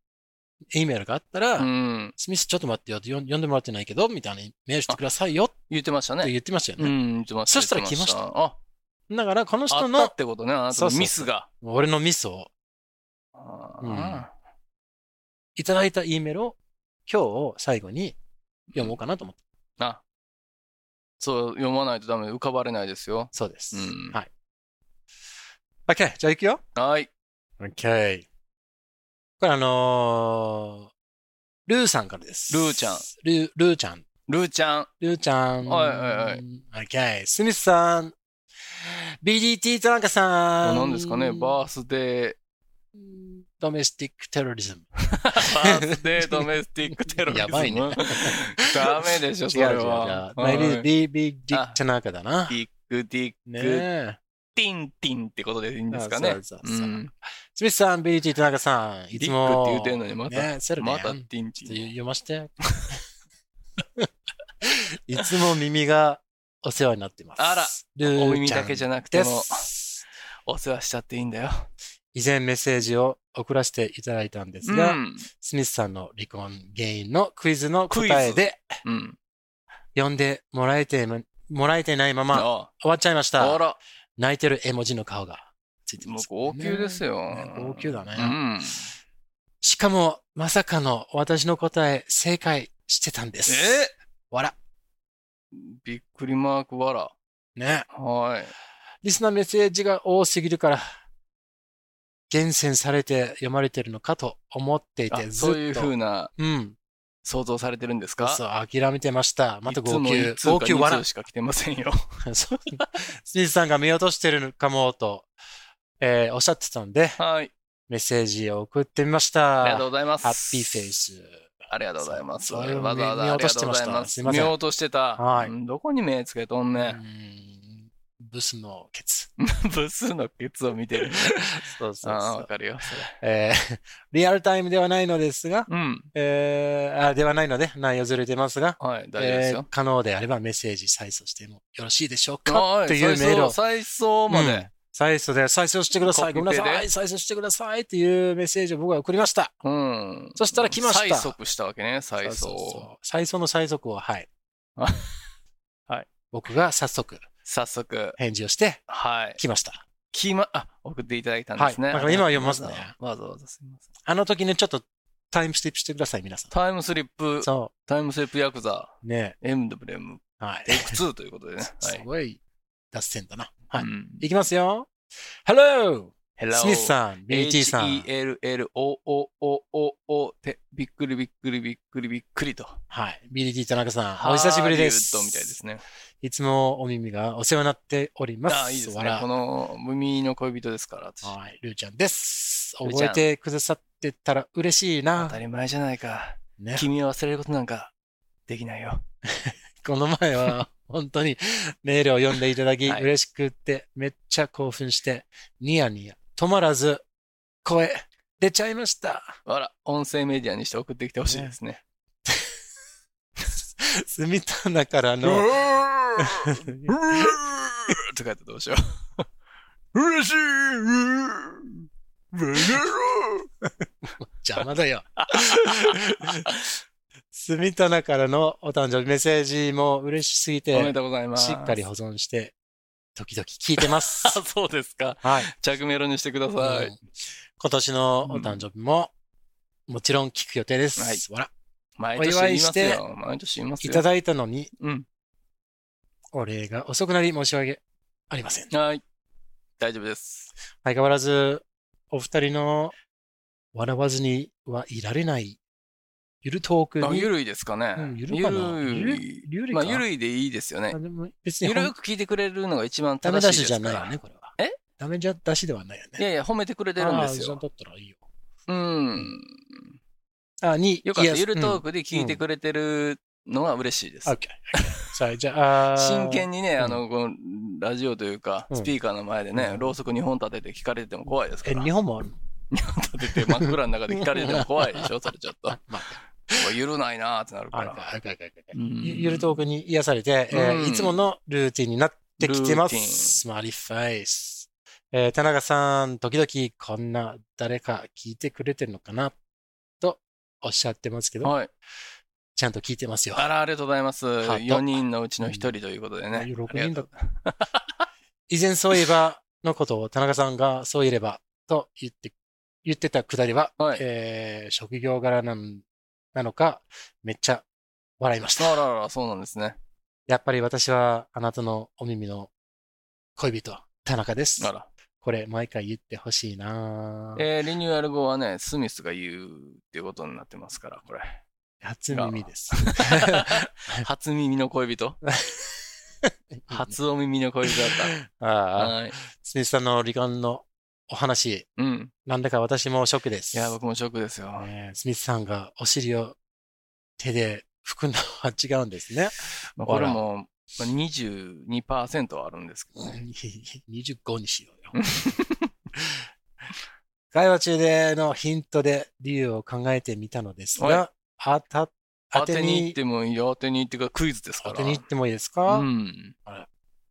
Speaker 7: E メールがあったら、
Speaker 1: うん。
Speaker 7: スミスちょっと待ってよってよん読んでもらってないけど、みたいなメールしてくださいよっ
Speaker 1: 言ってました
Speaker 7: て
Speaker 1: ね。
Speaker 7: 言ってましたよ
Speaker 1: う
Speaker 7: ね。
Speaker 1: ん、言ってました。
Speaker 7: そしたら
Speaker 1: 言って
Speaker 7: 来
Speaker 1: あ、あ
Speaker 7: だから、この
Speaker 1: あ
Speaker 7: 人
Speaker 1: った
Speaker 7: の
Speaker 1: っ、てことね、あなた
Speaker 7: そ
Speaker 1: の
Speaker 7: うそうそう
Speaker 1: ミスが。
Speaker 7: 俺のミスを、
Speaker 1: あ
Speaker 7: いただいた E メールを、今日を最後に読もうかなと思って。
Speaker 1: ーあ。そう、読まないとダメ、浮かばれないですよ。
Speaker 7: そうです。
Speaker 1: うん
Speaker 7: はい。OK、じゃあ行くよ。
Speaker 1: はい。
Speaker 7: OK。これあのー、ルーさんからです。
Speaker 1: ルーちゃん。
Speaker 7: ルー、ルーちゃん。
Speaker 1: ルーちゃん。
Speaker 7: ルーちゃん。
Speaker 1: はいはいはい。
Speaker 7: OK。スミスさん。BDT 田中さん。
Speaker 1: 何ですかね、バースデー、
Speaker 7: ドメスティックテロリズム。
Speaker 1: バース
Speaker 7: [laughs]
Speaker 1: デードメスティックテロリズム。
Speaker 7: やばいね
Speaker 1: [laughs] ダメでしょ、それは。
Speaker 7: 違う違う違う。
Speaker 1: はい
Speaker 7: b b d
Speaker 1: あ
Speaker 7: 田中だな
Speaker 1: デ。ィックディッ
Speaker 7: ね
Speaker 1: ク、
Speaker 7: え。
Speaker 1: ティンティンってことでいいんですかね
Speaker 7: あ。そうそうそう
Speaker 1: うん
Speaker 7: スミスさん、BDT 田中さん。い
Speaker 1: ディ
Speaker 7: つ
Speaker 1: ック
Speaker 7: も。
Speaker 1: って言うてんのに、また、
Speaker 7: ねえ、セロリ
Speaker 1: ま
Speaker 7: や
Speaker 1: た
Speaker 7: ん
Speaker 1: ティンテ
Speaker 7: ちょっと
Speaker 1: ィン。
Speaker 7: 読まして。 [laughs] いつも耳がお世話になってます。
Speaker 1: あら、
Speaker 7: ルー
Speaker 1: お耳だけじゃ
Speaker 7: な
Speaker 1: なく
Speaker 7: で
Speaker 1: ても、
Speaker 7: す。
Speaker 1: お世話しちゃっていいんだよ。
Speaker 7: 以前メッセージを送らせていただいたんです
Speaker 1: う
Speaker 7: が、
Speaker 1: ん。
Speaker 7: スミスさんの離婚原因のクイズの答
Speaker 1: クイ
Speaker 7: え
Speaker 1: ズ
Speaker 7: で、
Speaker 1: うん。
Speaker 7: 読んでもらえても、もらえてないまま
Speaker 1: あ
Speaker 7: 終わっちゃいまし
Speaker 1: あ、あ
Speaker 7: た。
Speaker 1: ら、
Speaker 7: 泣いてる絵文字の顔がついて
Speaker 1: も
Speaker 7: ま
Speaker 1: う
Speaker 7: す、
Speaker 1: 号泣ですよ
Speaker 7: ね。号泣だね。
Speaker 1: うん。
Speaker 7: しかも、まさかの私の答え、正解してたんです。
Speaker 1: え
Speaker 7: わら。
Speaker 1: びっくりマークわら。
Speaker 7: ね。
Speaker 1: はい。
Speaker 7: リスナーメッセージが多すぎるから、厳選されて読まれてるのかと思ってい
Speaker 1: あ
Speaker 7: て、ずっと。
Speaker 1: そういう風な
Speaker 7: うん。
Speaker 1: 想像されてるんですか
Speaker 7: そう、諦めてました。また号
Speaker 1: い
Speaker 7: 泣。
Speaker 1: つも
Speaker 7: 号
Speaker 1: 一通
Speaker 7: 泣
Speaker 1: か
Speaker 7: 笑
Speaker 1: 二通しか来てませんよ。
Speaker 7: う。 [laughs] そう。スミスさんが見落としてるのかも、と、えーおっしゃってたんで、
Speaker 1: はい。
Speaker 7: メッセージを送ってみまし
Speaker 1: あ
Speaker 7: た。
Speaker 1: りがとうございます。
Speaker 7: ハッピーフェイ。ス。
Speaker 1: ありがとうございます。
Speaker 7: そう
Speaker 1: わ
Speaker 7: そ
Speaker 1: ざ
Speaker 7: れを
Speaker 1: わざ
Speaker 7: 見見
Speaker 1: あ
Speaker 7: 落
Speaker 1: りが
Speaker 7: とし
Speaker 1: と
Speaker 7: て
Speaker 1: うご
Speaker 7: ま
Speaker 1: ざ
Speaker 7: し
Speaker 1: い
Speaker 7: た
Speaker 1: ます。
Speaker 7: すいま
Speaker 1: 見
Speaker 7: せん
Speaker 1: 落としてた。
Speaker 7: はい
Speaker 1: うんどこに目つけとん
Speaker 7: う
Speaker 1: ね [laughs] ん。
Speaker 7: ん。ブスのケツ。
Speaker 1: 部数のケツを見てる。
Speaker 7: そうそ
Speaker 1: ああ、わ。かるよ。それ
Speaker 7: えー [laughs] リアルタイムではないのですが、
Speaker 1: うん。
Speaker 7: えーあ、ではないので、内容ずれてますが、
Speaker 1: はい、大丈夫です
Speaker 7: えー
Speaker 1: よ。
Speaker 7: 可能であればメッセージ再送してもよろしいでしょう
Speaker 1: は
Speaker 7: かっていうメールを。
Speaker 1: 再送再送まで。
Speaker 7: 再送で再送してください。
Speaker 1: コ
Speaker 7: ご
Speaker 1: ピ
Speaker 7: めん
Speaker 1: ペで
Speaker 7: なさい。再送してくださいっていうメッセージを僕は送りました。
Speaker 1: うん。
Speaker 7: そしたら来ました
Speaker 1: 催促したわけね、再
Speaker 7: そうそう
Speaker 1: 送。
Speaker 7: そう再送の再送を、はい。
Speaker 1: あはい。
Speaker 7: 僕が早速
Speaker 1: 早速、
Speaker 7: 返事をして
Speaker 1: はい。
Speaker 7: 来ました。
Speaker 1: きま、あ、送っていただいたんですね。
Speaker 7: はいだから今読みますね
Speaker 1: わざわざわざわざすみません。
Speaker 7: あの時ね、ちょっとタイムスリップしてください、皆さん。
Speaker 1: タイムスリップ、
Speaker 7: そ
Speaker 1: タイムスリップヤクザ、
Speaker 7: う。ね
Speaker 1: エンブレム、
Speaker 7: はい。
Speaker 1: テイク2ということでね。は
Speaker 7: [laughs] す
Speaker 1: い。
Speaker 7: ごい脱線だな。はい。
Speaker 1: うん
Speaker 7: いきますよ。Hello!
Speaker 1: Hello
Speaker 7: スミスさん、BT さん。
Speaker 1: H-E-L-L-O-O-O-O って、びっくりびっくりびっくりびっくりと。
Speaker 7: はい。BDT 田中さん、お久しぶりです。
Speaker 1: ハリウッドみたいですね。
Speaker 7: いつもお耳がお世話になっております。
Speaker 1: ああ、いいです
Speaker 7: わら
Speaker 1: ね。この、耳の恋人ですから、私。
Speaker 7: はい、ルーちゃんです。
Speaker 1: ルーち
Speaker 7: 覚
Speaker 1: ゃん
Speaker 7: えてくださってたら嬉しい
Speaker 1: 当
Speaker 7: な
Speaker 1: た。り前じゃないか。
Speaker 7: ね、
Speaker 1: 君を忘れることなんかできないよ。
Speaker 7: この前は [laughs] 本当にメールを読んでいただき
Speaker 1: はい
Speaker 7: 嬉しくって、めっちゃ興奮して、ニヤニヤ止まらず声出ちゃいました。
Speaker 1: あら、音声メディアにして送ってきてほしいですね。
Speaker 7: 住棚から
Speaker 1: う
Speaker 7: の、
Speaker 1: ーうーとかやってどうしよう。 [laughs] 嬉しいうーバカ野郎
Speaker 7: 邪魔だよ。 [laughs] 住棚からのお誕生日メッセージも嬉しすぎ
Speaker 1: おめで
Speaker 7: て、
Speaker 1: とうございます。
Speaker 7: しっかり保存して、時々聞いてま
Speaker 1: あ、
Speaker 7: す。
Speaker 1: [laughs] そうですか。
Speaker 7: はい。
Speaker 1: 着メロにしてくださ
Speaker 7: うん
Speaker 1: い。
Speaker 7: 今年のお誕生日も、もちろん聞く予定です。
Speaker 1: はい
Speaker 7: わら。
Speaker 1: 毎
Speaker 7: お
Speaker 1: 年
Speaker 7: 祝
Speaker 1: 言いま
Speaker 7: いし
Speaker 1: す
Speaker 7: て
Speaker 1: よ。毎年言います
Speaker 7: い
Speaker 1: よ。
Speaker 7: ただいたのに、
Speaker 1: うん。
Speaker 7: お礼が遅くなり申し訳ありません。
Speaker 1: はい。大丈夫です。
Speaker 7: 相変わらず、お二人の笑わずにはいられない、ゆるトーク
Speaker 1: あ
Speaker 7: に、
Speaker 1: ゆるいですかね。
Speaker 7: うんゆるかな
Speaker 1: ゆるい。
Speaker 7: ゆるいか
Speaker 1: まあ、ゆるいでいいですよね
Speaker 7: あ。でも別に
Speaker 1: ゆ
Speaker 7: ほん
Speaker 1: るく聞いてくれるのが一番
Speaker 7: ダメ出
Speaker 1: 正しい
Speaker 7: しじ
Speaker 1: で
Speaker 7: ゃ
Speaker 1: すか
Speaker 7: ない
Speaker 1: ら
Speaker 7: よ。ね、これは。
Speaker 1: え
Speaker 7: ダメ出しではないよ
Speaker 1: い
Speaker 7: ね。
Speaker 1: やいや、褒めてくれてるんです
Speaker 7: ああ
Speaker 1: よ
Speaker 7: じゃあ。だったらいいよ。
Speaker 1: うん。
Speaker 7: あ、に、
Speaker 1: よかった。
Speaker 7: いや
Speaker 1: ゆるトー
Speaker 7: うん
Speaker 1: クで聞いてくれてるのは嬉しいです
Speaker 7: オッ。ケー。オッケーさあ、じゃあ、あー
Speaker 1: 真剣にね、
Speaker 7: うん
Speaker 1: あの、このラジオというか、
Speaker 7: うん
Speaker 1: スピーカーの前でね、
Speaker 7: うん
Speaker 1: ろうそく2本立てて聞かれても怖いですか
Speaker 7: え、
Speaker 1: ら。
Speaker 7: 日本もあるの
Speaker 1: 立てて真っ暗の中で聞かれても怖いでし [laughs] ょ、それちょっと。
Speaker 7: あまあ
Speaker 1: うわゆるないなーってなるか
Speaker 7: あ
Speaker 1: ら。
Speaker 7: はいはいはいはい
Speaker 1: うん
Speaker 7: ゆゆるトークに癒されて、えー
Speaker 1: うん
Speaker 7: いつものルーティンになってきてま
Speaker 1: ルーテ
Speaker 7: す。マリファイス。えー田中さん、時々こんな誰か聞いてくれてるのかなとおっしゃってますけど、
Speaker 1: はい。
Speaker 7: ちゃんと聞いてますよ。
Speaker 1: あら、ありがとうございます。
Speaker 7: ハート
Speaker 1: 4人のうちの1人ということでね。
Speaker 7: うん
Speaker 1: ありがとう
Speaker 7: 以前そういえばのことを田中さんがそういえばと言って、言ってたくだりは、
Speaker 1: はい
Speaker 7: えー職業柄なんなのか、めっちゃ笑いました。
Speaker 1: あらあら、そうなんですね。
Speaker 7: やっぱり私はあなたのお耳の恋人、田中です
Speaker 1: あ。ら。
Speaker 7: これ毎回言ってほしいなぁ
Speaker 1: えーリニューアル後はね、スミスが言うっていうことになってますから、 [laughs] これ。
Speaker 7: 初耳です。
Speaker 1: 初耳の恋 [laughs] 人初お耳の恋人だっ
Speaker 7: あ
Speaker 1: た。
Speaker 7: [laughs] あ
Speaker 1: はい。
Speaker 7: スミスさんの離婚のお話、
Speaker 1: うん。
Speaker 7: なんだか私もショックです。
Speaker 1: いや、僕もショックですよ。
Speaker 7: ねえスミスさんがお尻を手で拭くのは違うんで
Speaker 1: [laughs]
Speaker 7: すね。
Speaker 1: まあ、これも、まあ、22%はあるんですけどね。
Speaker 7: 25にしようよ。会話中でのヒントで理由を考えてみたのですが、当た、
Speaker 1: 当
Speaker 7: 当
Speaker 1: て
Speaker 7: て
Speaker 1: に行
Speaker 7: に
Speaker 1: ってもいいよ。当てに行ってかクイズですから。
Speaker 7: 当てに行ってもいいですか、
Speaker 1: うん。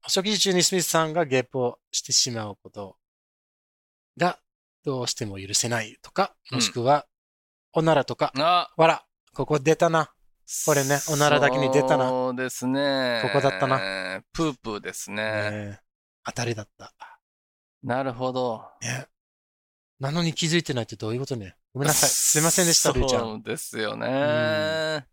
Speaker 7: 食事中にスミスさんがゲップをしてしまうことがどうしても許せないとか、
Speaker 1: うん
Speaker 7: もしくは、おならとか、
Speaker 1: あ
Speaker 7: わら、ここ出たな。これねおならだけに出たな
Speaker 1: そうですね。
Speaker 7: ここだったな
Speaker 1: な。プープーですね。
Speaker 7: ねえ当たりだった。
Speaker 1: なるほど。
Speaker 7: ねなのに気づいてないってどういうことね。ごめんなさい。すいませんでした、ルーちゃん。
Speaker 1: そうですよね。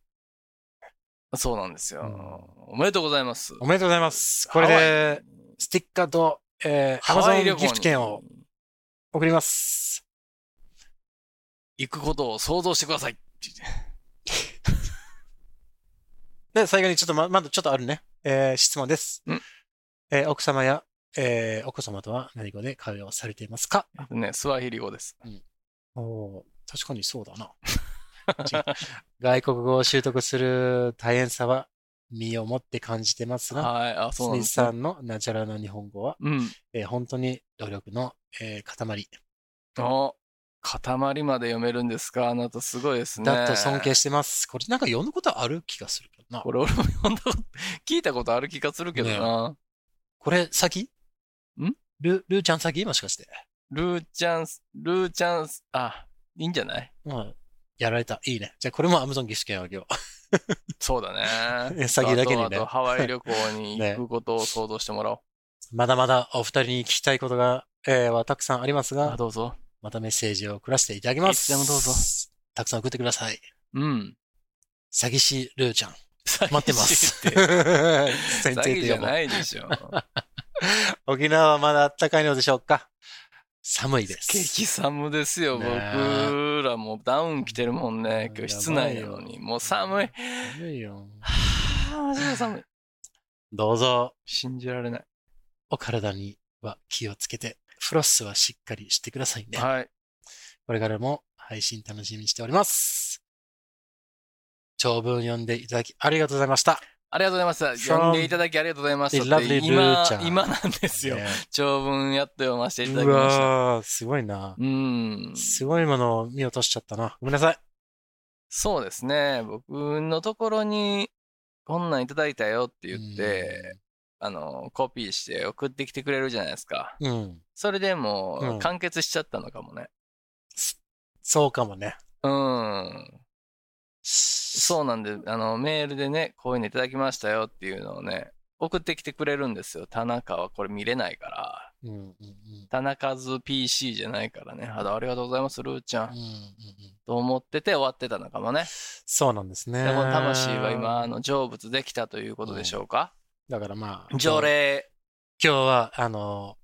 Speaker 1: そうなんですよ、
Speaker 7: う
Speaker 1: おめでとうございます。
Speaker 7: おめでとうございます。これで、ステッカーと、えー、
Speaker 1: ハワイ、
Speaker 7: Amazon
Speaker 1: 旅行に
Speaker 7: ギフト券を送ります。
Speaker 1: 行くことを想像してくださいって言って。
Speaker 7: で、最後にちょっとま、まだちょっとあるね。えー質問です。
Speaker 1: うん
Speaker 7: えー奥様や、えーお子様とは何語で会話をされていますか
Speaker 1: あとね、スワヒリ語です。
Speaker 7: おー確かにそ
Speaker 1: [laughs]
Speaker 7: うだな。違う外国語を習得する大変さは身をもって感じてますが、
Speaker 1: はい、あ、
Speaker 7: ス
Speaker 1: そうなん
Speaker 7: ミ
Speaker 1: で
Speaker 7: ス
Speaker 1: す、ね
Speaker 7: さ。んのナチュラルな日本語は、
Speaker 1: うん。
Speaker 7: えー本当に努力の、えー塊。
Speaker 1: お、塊まで読めるんですかあなたすごいですね。
Speaker 7: だと尊敬してます。これなんか読んだことある気がするけどな。
Speaker 1: これ俺も読んだこと、聞いたことある気がするけどな。
Speaker 7: これ先
Speaker 1: ん
Speaker 7: ル、ルーちゃん先もしかして。
Speaker 1: ルーチャンス、ルーチャンス、あ、いいんじゃない
Speaker 7: まあ、やられた。いいね。じゃあこれも Amazon ギフト券あげよう。。
Speaker 1: そうだね
Speaker 7: [laughs] え先だけにね
Speaker 1: あとあとハワイ旅行に行くことを想像してもらおう。
Speaker 7: まだまだお二人に聞きたいことが、えーはたくさんあります
Speaker 1: あ、
Speaker 7: が、
Speaker 1: どうぞ。
Speaker 7: またメッセージを送らせていただきます。
Speaker 1: いつでもどうぞ。
Speaker 7: たくさん送ってください。
Speaker 1: うん。
Speaker 7: 詐欺師ルーちゃん。
Speaker 1: 詐欺
Speaker 7: 待ってます。
Speaker 1: 師って
Speaker 7: 先
Speaker 1: [laughs] 詐
Speaker 7: 生
Speaker 1: 欺
Speaker 7: と
Speaker 1: じ
Speaker 7: 呼
Speaker 1: ゃ
Speaker 7: ぼう。
Speaker 1: ないでし
Speaker 7: [laughs]
Speaker 1: ょ。
Speaker 7: 沖縄はまだ暖かいのでしょうか寒いです。
Speaker 1: 激寒ですよ、
Speaker 7: ね
Speaker 1: 僕
Speaker 7: え
Speaker 1: らもうダウン着てるもんね。今日室内なの
Speaker 7: やばい
Speaker 1: に。
Speaker 7: よ
Speaker 1: もう
Speaker 7: [sighs]
Speaker 1: 寒い。
Speaker 7: 寒いよ。
Speaker 1: はあ、マジで
Speaker 7: [sighs]
Speaker 1: 寒い。
Speaker 7: どうぞ、
Speaker 1: 信じられない。
Speaker 7: お体には気をつけて、フロスはしっかりしてくださいね。
Speaker 1: はい。
Speaker 7: これからも配信楽しみにしております。長文読んでいただきありがとうございました。
Speaker 1: ありがとうございました。
Speaker 7: From
Speaker 1: 読んでいただきありがとうございました
Speaker 7: the lovely
Speaker 1: 今
Speaker 7: Blue ちゃん、
Speaker 1: 今なんですよ。
Speaker 7: ね
Speaker 1: 長文やっと読ませていただき
Speaker 7: う
Speaker 1: ました。
Speaker 7: わー、すごいな。
Speaker 1: うん。
Speaker 7: すごいものを見落としちゃったな。ごめんなさい。
Speaker 1: そうですね。僕のところに、こんなんいただいたよって言って、あの、コピーして送ってきてくれるじゃないですか。
Speaker 7: うん。うん。
Speaker 1: それでも
Speaker 7: うん
Speaker 1: う、完結しちゃったのかもね。
Speaker 7: そうかもね。
Speaker 1: うん。
Speaker 7: そ
Speaker 1: そうなんで、あの、メールでね、こういうのいただきましたよっていうのをね、送ってきてくれるんですよ。田中はこれ見れないから。
Speaker 7: うん。うん。うん。
Speaker 1: 田中図 PC じゃないからね。あありがとうございます、ルーちゃ。
Speaker 7: うんんうんうん
Speaker 1: と思ってて終わってたのかもね。
Speaker 7: そうなんですね。
Speaker 1: でも魂は今、あ。の、成仏できたということでしょうか、
Speaker 7: だからまあ。
Speaker 1: 条例
Speaker 7: 今日は、あの、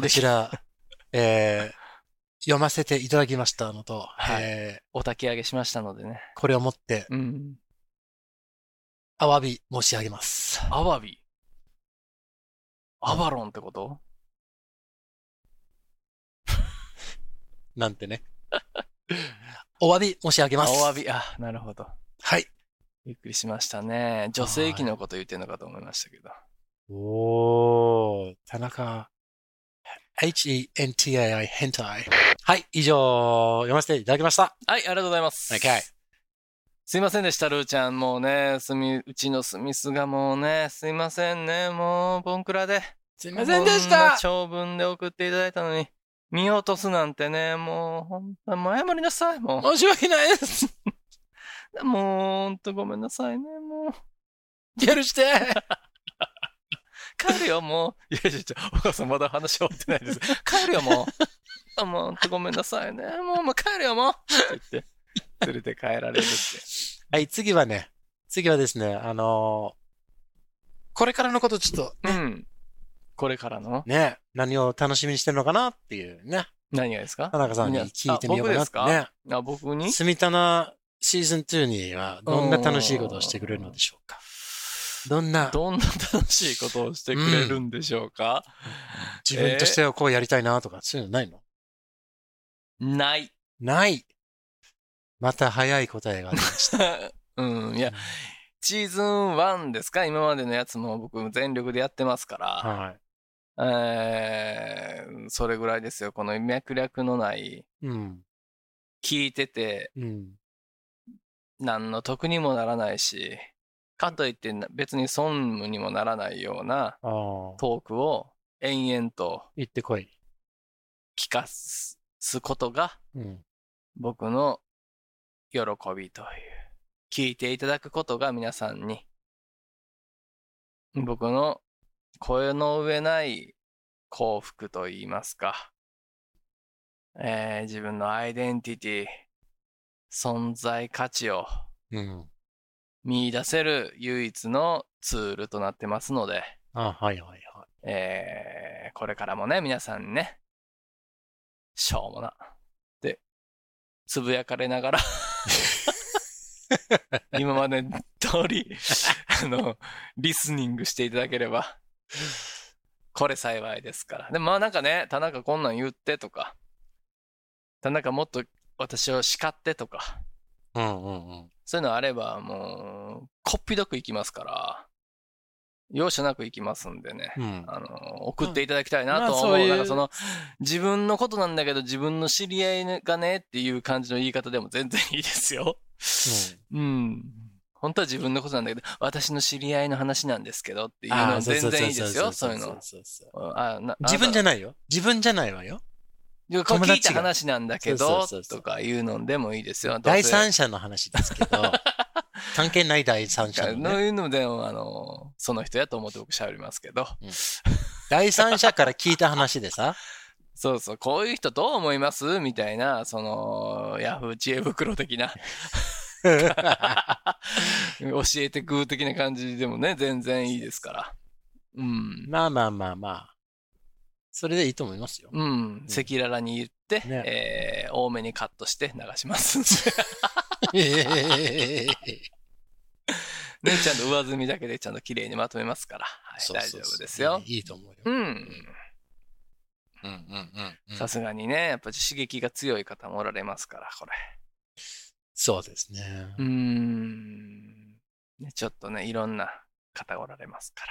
Speaker 7: こちら、えー読ませていただきましたのと、
Speaker 1: はい
Speaker 7: えー
Speaker 1: お焚き上げしましたのでね。
Speaker 7: これを持って、
Speaker 1: うん。
Speaker 7: アワビ申し上げます。
Speaker 1: アワビアバロンってこと
Speaker 7: なんてね。 [laughs] お詫び申し上げ
Speaker 1: あ
Speaker 7: ます。
Speaker 1: お詫び、あ、なるほど。
Speaker 7: はい。
Speaker 1: びっくりしましたね。女性器のこと言ってんのかと思いましたけど。
Speaker 7: おー、田中、H-E-N-T-A-I、変態。はい、以上、読ませていただきました。
Speaker 1: はい、ありがとうございます。
Speaker 7: Okay
Speaker 1: すいませんでした、ルーちゃん。もうね、すみ、うちのスミスがもうね、すいませんね、もう、ボンクラで。す
Speaker 7: すいませんでした
Speaker 1: 長文で送っていただいたのに、見落とすなんてね、もう、ほんと、もう謝りなさい、も
Speaker 7: 申し訳ないです。
Speaker 1: う。もう、ほんとごめんなさいね、もう。
Speaker 7: 許して。
Speaker 1: 帰るよ、もう。いやいやいや、お母さんまだ話終わってないです。帰るよ、もう。
Speaker 7: [laughs]
Speaker 1: あもう、ほんとごめんなさいね、もう、もう帰るよ、もう。って言って、連れて帰られるって。
Speaker 7: はい、次はね、次はですね、あのーこれからのことちょっと、
Speaker 1: うん。これからの
Speaker 7: ね、何を楽しみにしてるのかなっていうね、
Speaker 1: 何がですか
Speaker 7: 田中さんに聞いてみようかなって
Speaker 1: あ僕で
Speaker 7: ね。
Speaker 1: すかあ、僕に
Speaker 7: 住みたなシーズン2にはどんな楽しいことをしてくれるのでしょうか。どんな
Speaker 1: どんな楽しいことをしてくれるんでしょう
Speaker 7: [laughs]
Speaker 1: か、
Speaker 7: 自分としてはこうやりたいなとか、そういうのないの
Speaker 1: ない。 [laughs]
Speaker 7: ない。また早い答えがありました。
Speaker 1: [laughs] うん、いや、シーズン1ですか今までのやつも僕全力でやってますから、
Speaker 7: は
Speaker 1: えーそれぐらいですよ。この脈略のない、
Speaker 7: い。うん。
Speaker 1: 聞いてて
Speaker 7: うん。
Speaker 1: 何の得にもならないし、かといってな別に損にもならないような
Speaker 7: ああ。
Speaker 1: トークを延々と
Speaker 7: 行ってこい。
Speaker 1: 聞かすことが
Speaker 7: うん。
Speaker 1: 僕の喜びという。聞いていただくことが皆さんに、僕の声の上ない幸福と言いますか、えー自分のアイデンティティ、存在価値を
Speaker 7: うん。
Speaker 1: 見出せる唯一のツールとなってますので、
Speaker 7: あ、はいはいは
Speaker 1: えーこれからもね、皆さんね、しょうもな。で、つぶやかれながら、今まで通り、あの、リスニングしていただければ、これ幸いですから。でもまあなんかね、田中こんなん言ってとか、田中もっと私を叱ってとか、
Speaker 7: い。うんうんうん。
Speaker 1: そういうのあればもう、こっぴどくいきますから、容赦なくいきますんでね。
Speaker 7: うん。
Speaker 1: あの、送っていただきたいなと
Speaker 7: まあ
Speaker 1: 思う。
Speaker 7: そういう
Speaker 1: なんかその、自分のことなんだけど、自分の知り合いがねっていう感じの言い方でも全然いいですよ。うん。本当は自分のことなんだけど、私の知り合いの話なんですけどっていうのは全然いいですよ、そういうの。うんあな
Speaker 7: 自分じゃ
Speaker 1: な
Speaker 7: ないよ。自分じゃないわよ。
Speaker 1: いこう聞
Speaker 7: 友
Speaker 1: い
Speaker 7: 達が
Speaker 1: た話なんだけ
Speaker 7: そうそ
Speaker 1: ど
Speaker 7: うそう、そう
Speaker 1: とかいうのでもいいですよ。
Speaker 7: 第三者の話ですけ
Speaker 1: [laughs]
Speaker 7: ど、関係ない第三者
Speaker 1: 者
Speaker 7: の、
Speaker 1: の
Speaker 7: ね。
Speaker 1: いうのでも、あの、その人やと思って僕喋りますけど。
Speaker 7: 第三者から聞いた話でさ、
Speaker 1: そうそう、こういう人どう思いますみたいな、その、ヤフー知恵袋的な。教えてく的な感じでもね、全然いいですから。うん。
Speaker 7: まあまあまあまあ。それでいいと思いますよ。
Speaker 1: [laughs] うん。赤裸々に言って、
Speaker 7: ね
Speaker 1: えー多めにカットして流します。 [laughs] ね、ちゃんと上積みだけでちゃんと綺麗にまとめますから。はい、
Speaker 7: そう
Speaker 1: 大
Speaker 7: そ
Speaker 1: 丈
Speaker 7: うそう
Speaker 1: 夫ですよ。
Speaker 7: いいと思うよ。
Speaker 1: うん。
Speaker 7: うんうんうんうん
Speaker 1: さすがにね、やっぱり刺激が強い方もおられますから、これ。
Speaker 7: そうですね
Speaker 1: う。ーん。ねちょっとね、いろんな方おら [laughs] れますか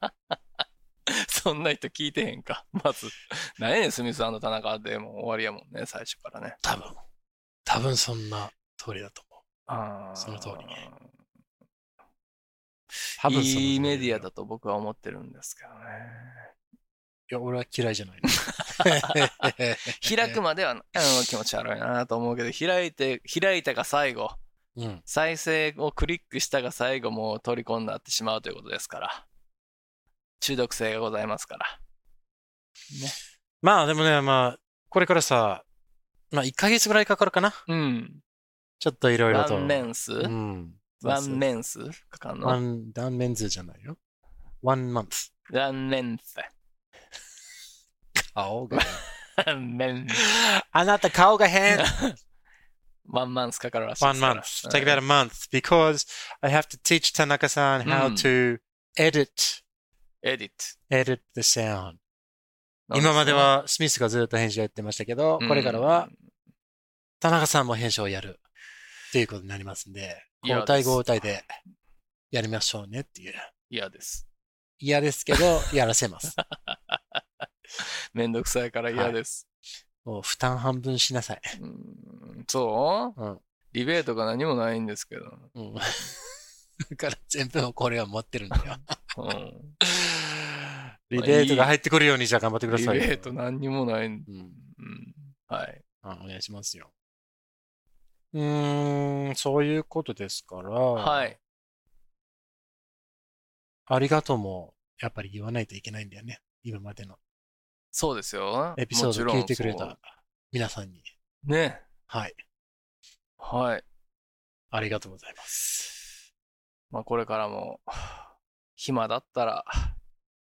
Speaker 1: ら。そんな人聞いてへんか。まず。何やねん、スミス田中でもう終わりやもんね、最初からね。
Speaker 7: 多分。多分そんな通りだと思う。
Speaker 1: あー
Speaker 7: その通りね多分その通りだよ
Speaker 1: いいメディアだと僕は思ってるんですけどね。
Speaker 7: いや、俺は嫌いじゃない。
Speaker 1: [laughs] 開くまでは、あの気持ち悪いなと思うけど、開いて、開いたが最後、
Speaker 7: [laughs] うん。
Speaker 1: 再生をクリックしたが最後もう取り込んでなってしまうということですから。中毒性がございますから。
Speaker 7: まあでもね、まあ、これからさ、まあ1ヶ月ぐらいかかるかな。
Speaker 1: うん。
Speaker 7: ちょっといろいろ
Speaker 1: ワ
Speaker 7: と。
Speaker 1: ンメンス、
Speaker 7: うん。
Speaker 1: ワンメンスかかん
Speaker 7: ワ
Speaker 1: の
Speaker 7: ン、ワンメンズじゃないよ。ワンマンス。
Speaker 1: ワンメンス。
Speaker 7: 顔が。
Speaker 1: ワンメンス。
Speaker 7: [laughs] あなた顔が変
Speaker 1: ワンマンスかかるらしいで
Speaker 7: One
Speaker 1: すから。
Speaker 7: month. Take about a month because I have to teach Tanaka-san how
Speaker 1: Mm.
Speaker 7: to edit,
Speaker 1: エディッ
Speaker 7: edit the sound.
Speaker 1: ト。
Speaker 7: 今まではスミスがずっと編集をやってましたけど、
Speaker 1: うん、
Speaker 7: これからは田中さんも編集をやるっていうことになりますんで、
Speaker 1: 嫌
Speaker 7: 交代
Speaker 1: です
Speaker 7: 交代でやりましょうねっていう。
Speaker 1: 嫌です。
Speaker 7: 嫌ですけ
Speaker 1: [laughs]
Speaker 7: ど、やらせます。
Speaker 1: めんどくさいから嫌です。
Speaker 7: もう負担半分しなさい。
Speaker 1: うんそう、
Speaker 7: うん
Speaker 1: リベートが何もないんですけど。
Speaker 7: うん、だから全部これは持ってるんだ
Speaker 1: [laughs]
Speaker 7: よ。
Speaker 1: うん
Speaker 7: リベートが入ってくるようにじゃあ頑張ってくだ
Speaker 1: リベ
Speaker 7: さいよ。
Speaker 1: ート何にもないん。
Speaker 7: うん
Speaker 1: うんはい。
Speaker 7: あお願いしますよ。うーん、そういうことですから、
Speaker 1: はい。
Speaker 7: ありがとうも、やっぱり言わないといけないんだよね。今までの
Speaker 1: そうですよ。
Speaker 7: エピソード
Speaker 1: も
Speaker 7: を
Speaker 1: ちろん
Speaker 7: 聞いてくれ
Speaker 1: そ
Speaker 7: た皆さんに、
Speaker 1: う。ね。
Speaker 7: はい、
Speaker 1: はい。
Speaker 7: ありがとうございます。
Speaker 1: まあ、これからも、暇だったら、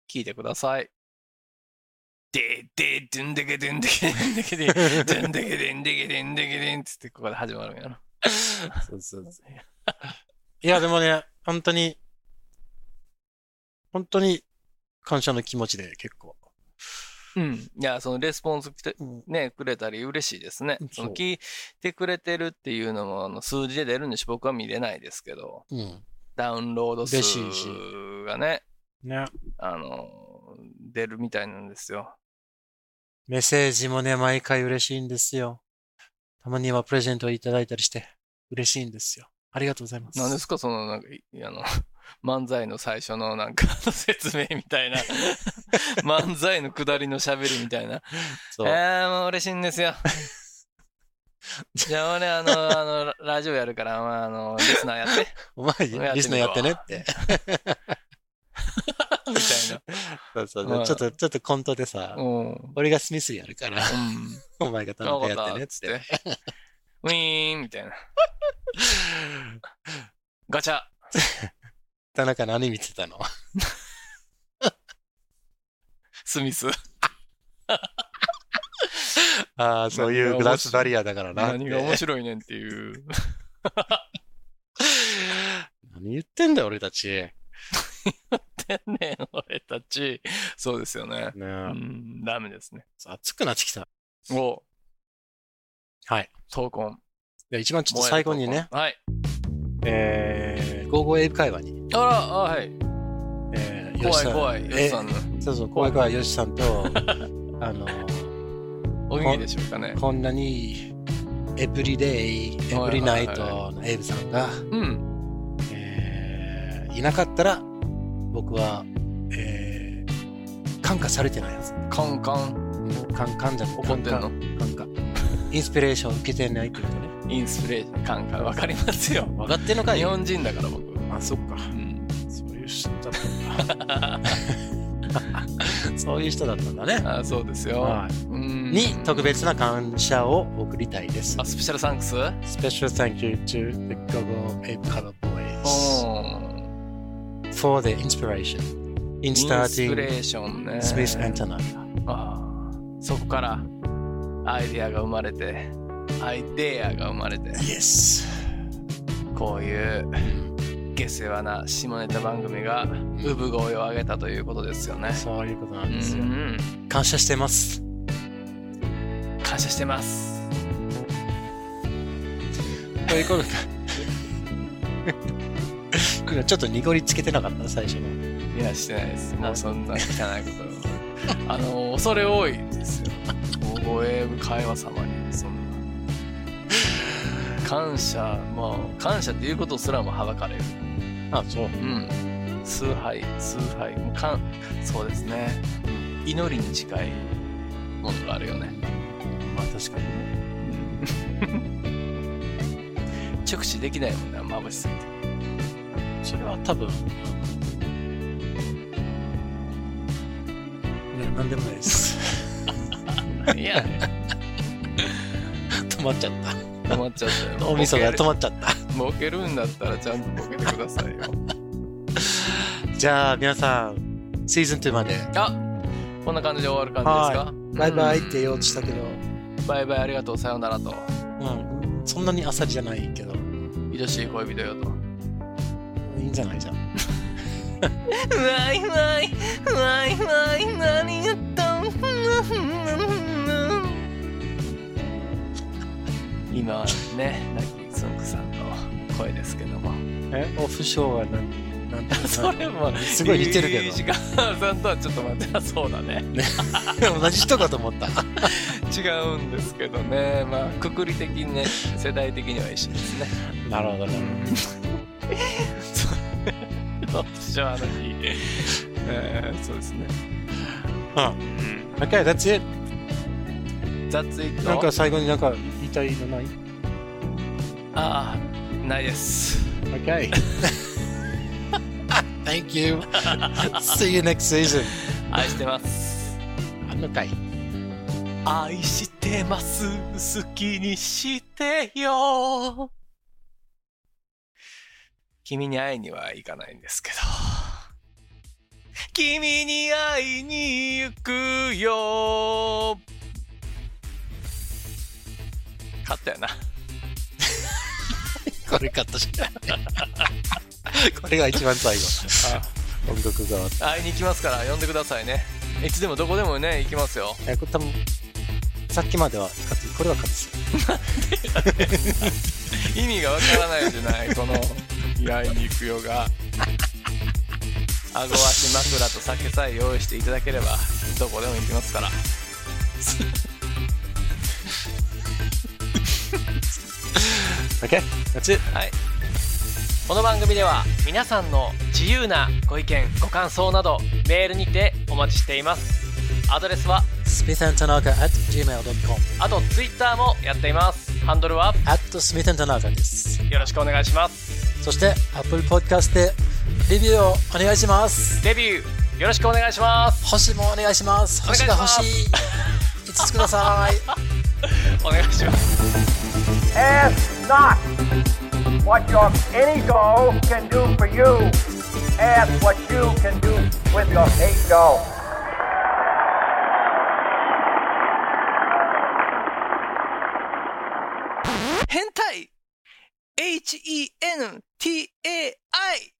Speaker 1: 聞いてください。で、で、でんでけでんでけでんでけでん、でんでけでんでけでんでけでんつってここで始まるんやな。
Speaker 7: そうそういや、でもね、本当に、本当に感謝の気持ちで結構。
Speaker 1: うん。いや、そのレスポンス来て、
Speaker 7: うん
Speaker 1: ね、くれたり嬉しいですね
Speaker 7: そう。
Speaker 1: その聞いてくれてるっていうのも、あの、数字で出るんでしょ、僕は見れないですけど、
Speaker 7: うん。
Speaker 1: ダウンロード数
Speaker 7: 嬉しいし
Speaker 1: がね、
Speaker 7: ね。
Speaker 1: あの、出るみたいなんですよ。
Speaker 7: メッセージもね、毎回嬉しいんですよ。たまにはプレゼントをいただいたりして、嬉しいんですよ。ありがとうございます。
Speaker 1: 何ですかそのなんかいあの [laughs] 漫才の最初のなんか [laughs] 説明みたいな [laughs] 漫才の下りのしゃべりみたいなえ
Speaker 7: そう
Speaker 1: ー、もう嬉しいんですよ [laughs] じゃあ俺あのあのララジオやるから、まあ、あのリスナーやって
Speaker 7: お
Speaker 1: み
Speaker 7: 前
Speaker 1: るわ、
Speaker 7: リスナーやってねって。
Speaker 1: みた
Speaker 7: そうそう
Speaker 1: はい
Speaker 7: ちょっと、ちょっとコントでさ [laughs]
Speaker 1: いな、うん、うん、
Speaker 7: 俺がスミスやるから、 [laughs] お前が田中
Speaker 1: 分
Speaker 7: や
Speaker 1: か
Speaker 7: っ
Speaker 1: [laughs] ってたっ
Speaker 7: ねっ
Speaker 1: つ
Speaker 7: つ
Speaker 1: っ
Speaker 7: って
Speaker 1: て。ウィーンみたいな [laughs] ガチャ。
Speaker 7: 田中何見てたの
Speaker 1: スミス。
Speaker 7: ああ、そういうグラスバリアだからなって。
Speaker 1: 何が面白いねんっていう。 [laughs]
Speaker 7: 何言ってんだよ、俺たち。ね
Speaker 1: 天然俺たち。そうですよね。う
Speaker 7: え
Speaker 1: ん、ダメですね。
Speaker 7: 暑くなってきた。
Speaker 1: お
Speaker 7: はい。
Speaker 1: 闘魂。
Speaker 7: で一番ちょっと最後に
Speaker 1: 燃え
Speaker 7: ね
Speaker 1: る闘、魂。はい。
Speaker 7: えー、ゴーゴー英語会話に、
Speaker 1: あら、あはい。
Speaker 7: えー、
Speaker 1: 怖い怖い。
Speaker 7: 吉
Speaker 1: よ
Speaker 7: さん
Speaker 1: しさんの。
Speaker 7: えそうそう、怖い怖い、ヨシさん [laughs] と、あの、
Speaker 1: お元気でしょうかね。
Speaker 7: こんなに、エブリデイ、エブリナイトのエイブさんが、
Speaker 1: うん。
Speaker 7: えーいなかったら、僕は、えー、感化されてないはず。
Speaker 1: カンカン。
Speaker 7: 感感じゃ
Speaker 1: 怒ってんの
Speaker 7: 感化。インスピレーション受けてないってことね。
Speaker 1: インスピレーション。カンカン。わかりますよ。
Speaker 7: 分かってんのかい
Speaker 1: 日本人だから僕。
Speaker 7: あ、そっか。
Speaker 1: うん。
Speaker 7: そういう人だったんだ。そういう人だったんだね。
Speaker 1: あそうですよ。
Speaker 7: は
Speaker 1: うん
Speaker 7: いに特。別な感謝を送りたいです
Speaker 1: あ、。スペシャルサンクス
Speaker 7: Special thank you to the Gogo Ape Cover
Speaker 1: お
Speaker 7: Boys
Speaker 1: ー
Speaker 7: for the inspiration in
Speaker 1: インスピレ
Speaker 7: starting
Speaker 1: ーションね。
Speaker 7: Smith and Tanaka.
Speaker 1: あーそこからアイデアが生まれてアイデアが生まれて
Speaker 7: Yes.
Speaker 1: こういう下世話な下ネタ番組が産声を上げたということですよね。
Speaker 7: そういうことな
Speaker 1: うん
Speaker 7: ですよ。
Speaker 1: ん
Speaker 7: 感謝してます。
Speaker 1: 感謝してます。
Speaker 7: ということで。ちょっと濁りつけてなかった最初の。
Speaker 1: いやしてないです。もうそんな汚いこと。あの恐れ多いですよ。大声会話様にそんな感謝まあ感謝っていうことすらもはばかれる。
Speaker 7: あ、そう。
Speaker 1: うん。崇拝、崇拝、もうかん、そうですね。祈りに近いものがあるよね。
Speaker 7: まあ確かに。
Speaker 1: 直視できないもんね、眩しすぎて。
Speaker 7: それは多分。ね、なんでもないです。 [laughs]
Speaker 1: いや、
Speaker 7: 止まっちゃっ
Speaker 1: 止まっちゃった
Speaker 7: た。
Speaker 1: よ。
Speaker 7: お味噌が止
Speaker 1: ま
Speaker 7: まっちゃった。
Speaker 1: ボケるんだったらちゃんとボケてくださいよ。
Speaker 7: じゃあ皆さん、シーズン2まで。
Speaker 1: あ [laughs] こんな感じで終わる感じですか、
Speaker 7: バイバイって
Speaker 1: よ
Speaker 7: 言おうとしたけど、
Speaker 1: バイバイありがとう、さようならと。
Speaker 7: うん、そんなにあさりじゃないけど、
Speaker 1: 愛しい恋人よと。
Speaker 7: いいんじゃないじゃん。
Speaker 8: わいわいわいわい何やったん
Speaker 1: 今はね、ラッキースンクさんの声ですけども。
Speaker 7: えオフショーは何なんて [laughs] いうの
Speaker 1: それも
Speaker 7: すごい似てるけど
Speaker 1: 時間さんとはちょっと待ってあそうだね
Speaker 7: 同じ人かと思った。
Speaker 1: 違うんですけどねまあくくり的にね世代的には一緒ですね
Speaker 7: [laughs] なるほどね。
Speaker 1: どうしようあの日 [laughs] えーそうですね
Speaker 7: うん。Okay, that's it.
Speaker 1: 雑いと
Speaker 7: なんか最後になんか言いたいのない
Speaker 1: ああないです
Speaker 7: ?Okay. [laughs] Thank you. [laughs] See you next season. [laughs]
Speaker 1: 愛してます
Speaker 7: あんのかい。
Speaker 1: 愛してます好きにしてよ君に会いには行かないんですけど君に会いに行くよ勝ったよな
Speaker 7: これカットしない。これが一番最後。音楽が終わっ
Speaker 1: 会いに行きますから呼んでくださいねいつでもどこでもね行きますよ
Speaker 7: た。え、これ多分、さっきまではカット、これはカットする。
Speaker 1: 意味がわからないじゃないこの「会いに行くよ」が顎足枕と酒さえ用意していただければどこでも行きますから
Speaker 7: オッケー That's it.
Speaker 1: はいこの番組では皆さんの自由なご意見ご感想などメールにてお待ちしていますアドレスは
Speaker 7: smithandtanaka at gmail.com
Speaker 1: あと Twitter もやっていますハンドルは
Speaker 7: at smithandtanaka です。
Speaker 1: よろしくお願いします
Speaker 7: そして、Apple Podcast でレビューをお願いします。
Speaker 1: デビューよろしくお願いします
Speaker 7: 星もお願いします。
Speaker 1: 願いし
Speaker 7: 星が
Speaker 1: ます
Speaker 7: 欲しい。5つください。
Speaker 1: お願いします
Speaker 5: Ask not
Speaker 1: what your any doll can do for you. Ask what you can do with your eight doll.
Speaker 9: 変態 !H-E-N-T-A-I!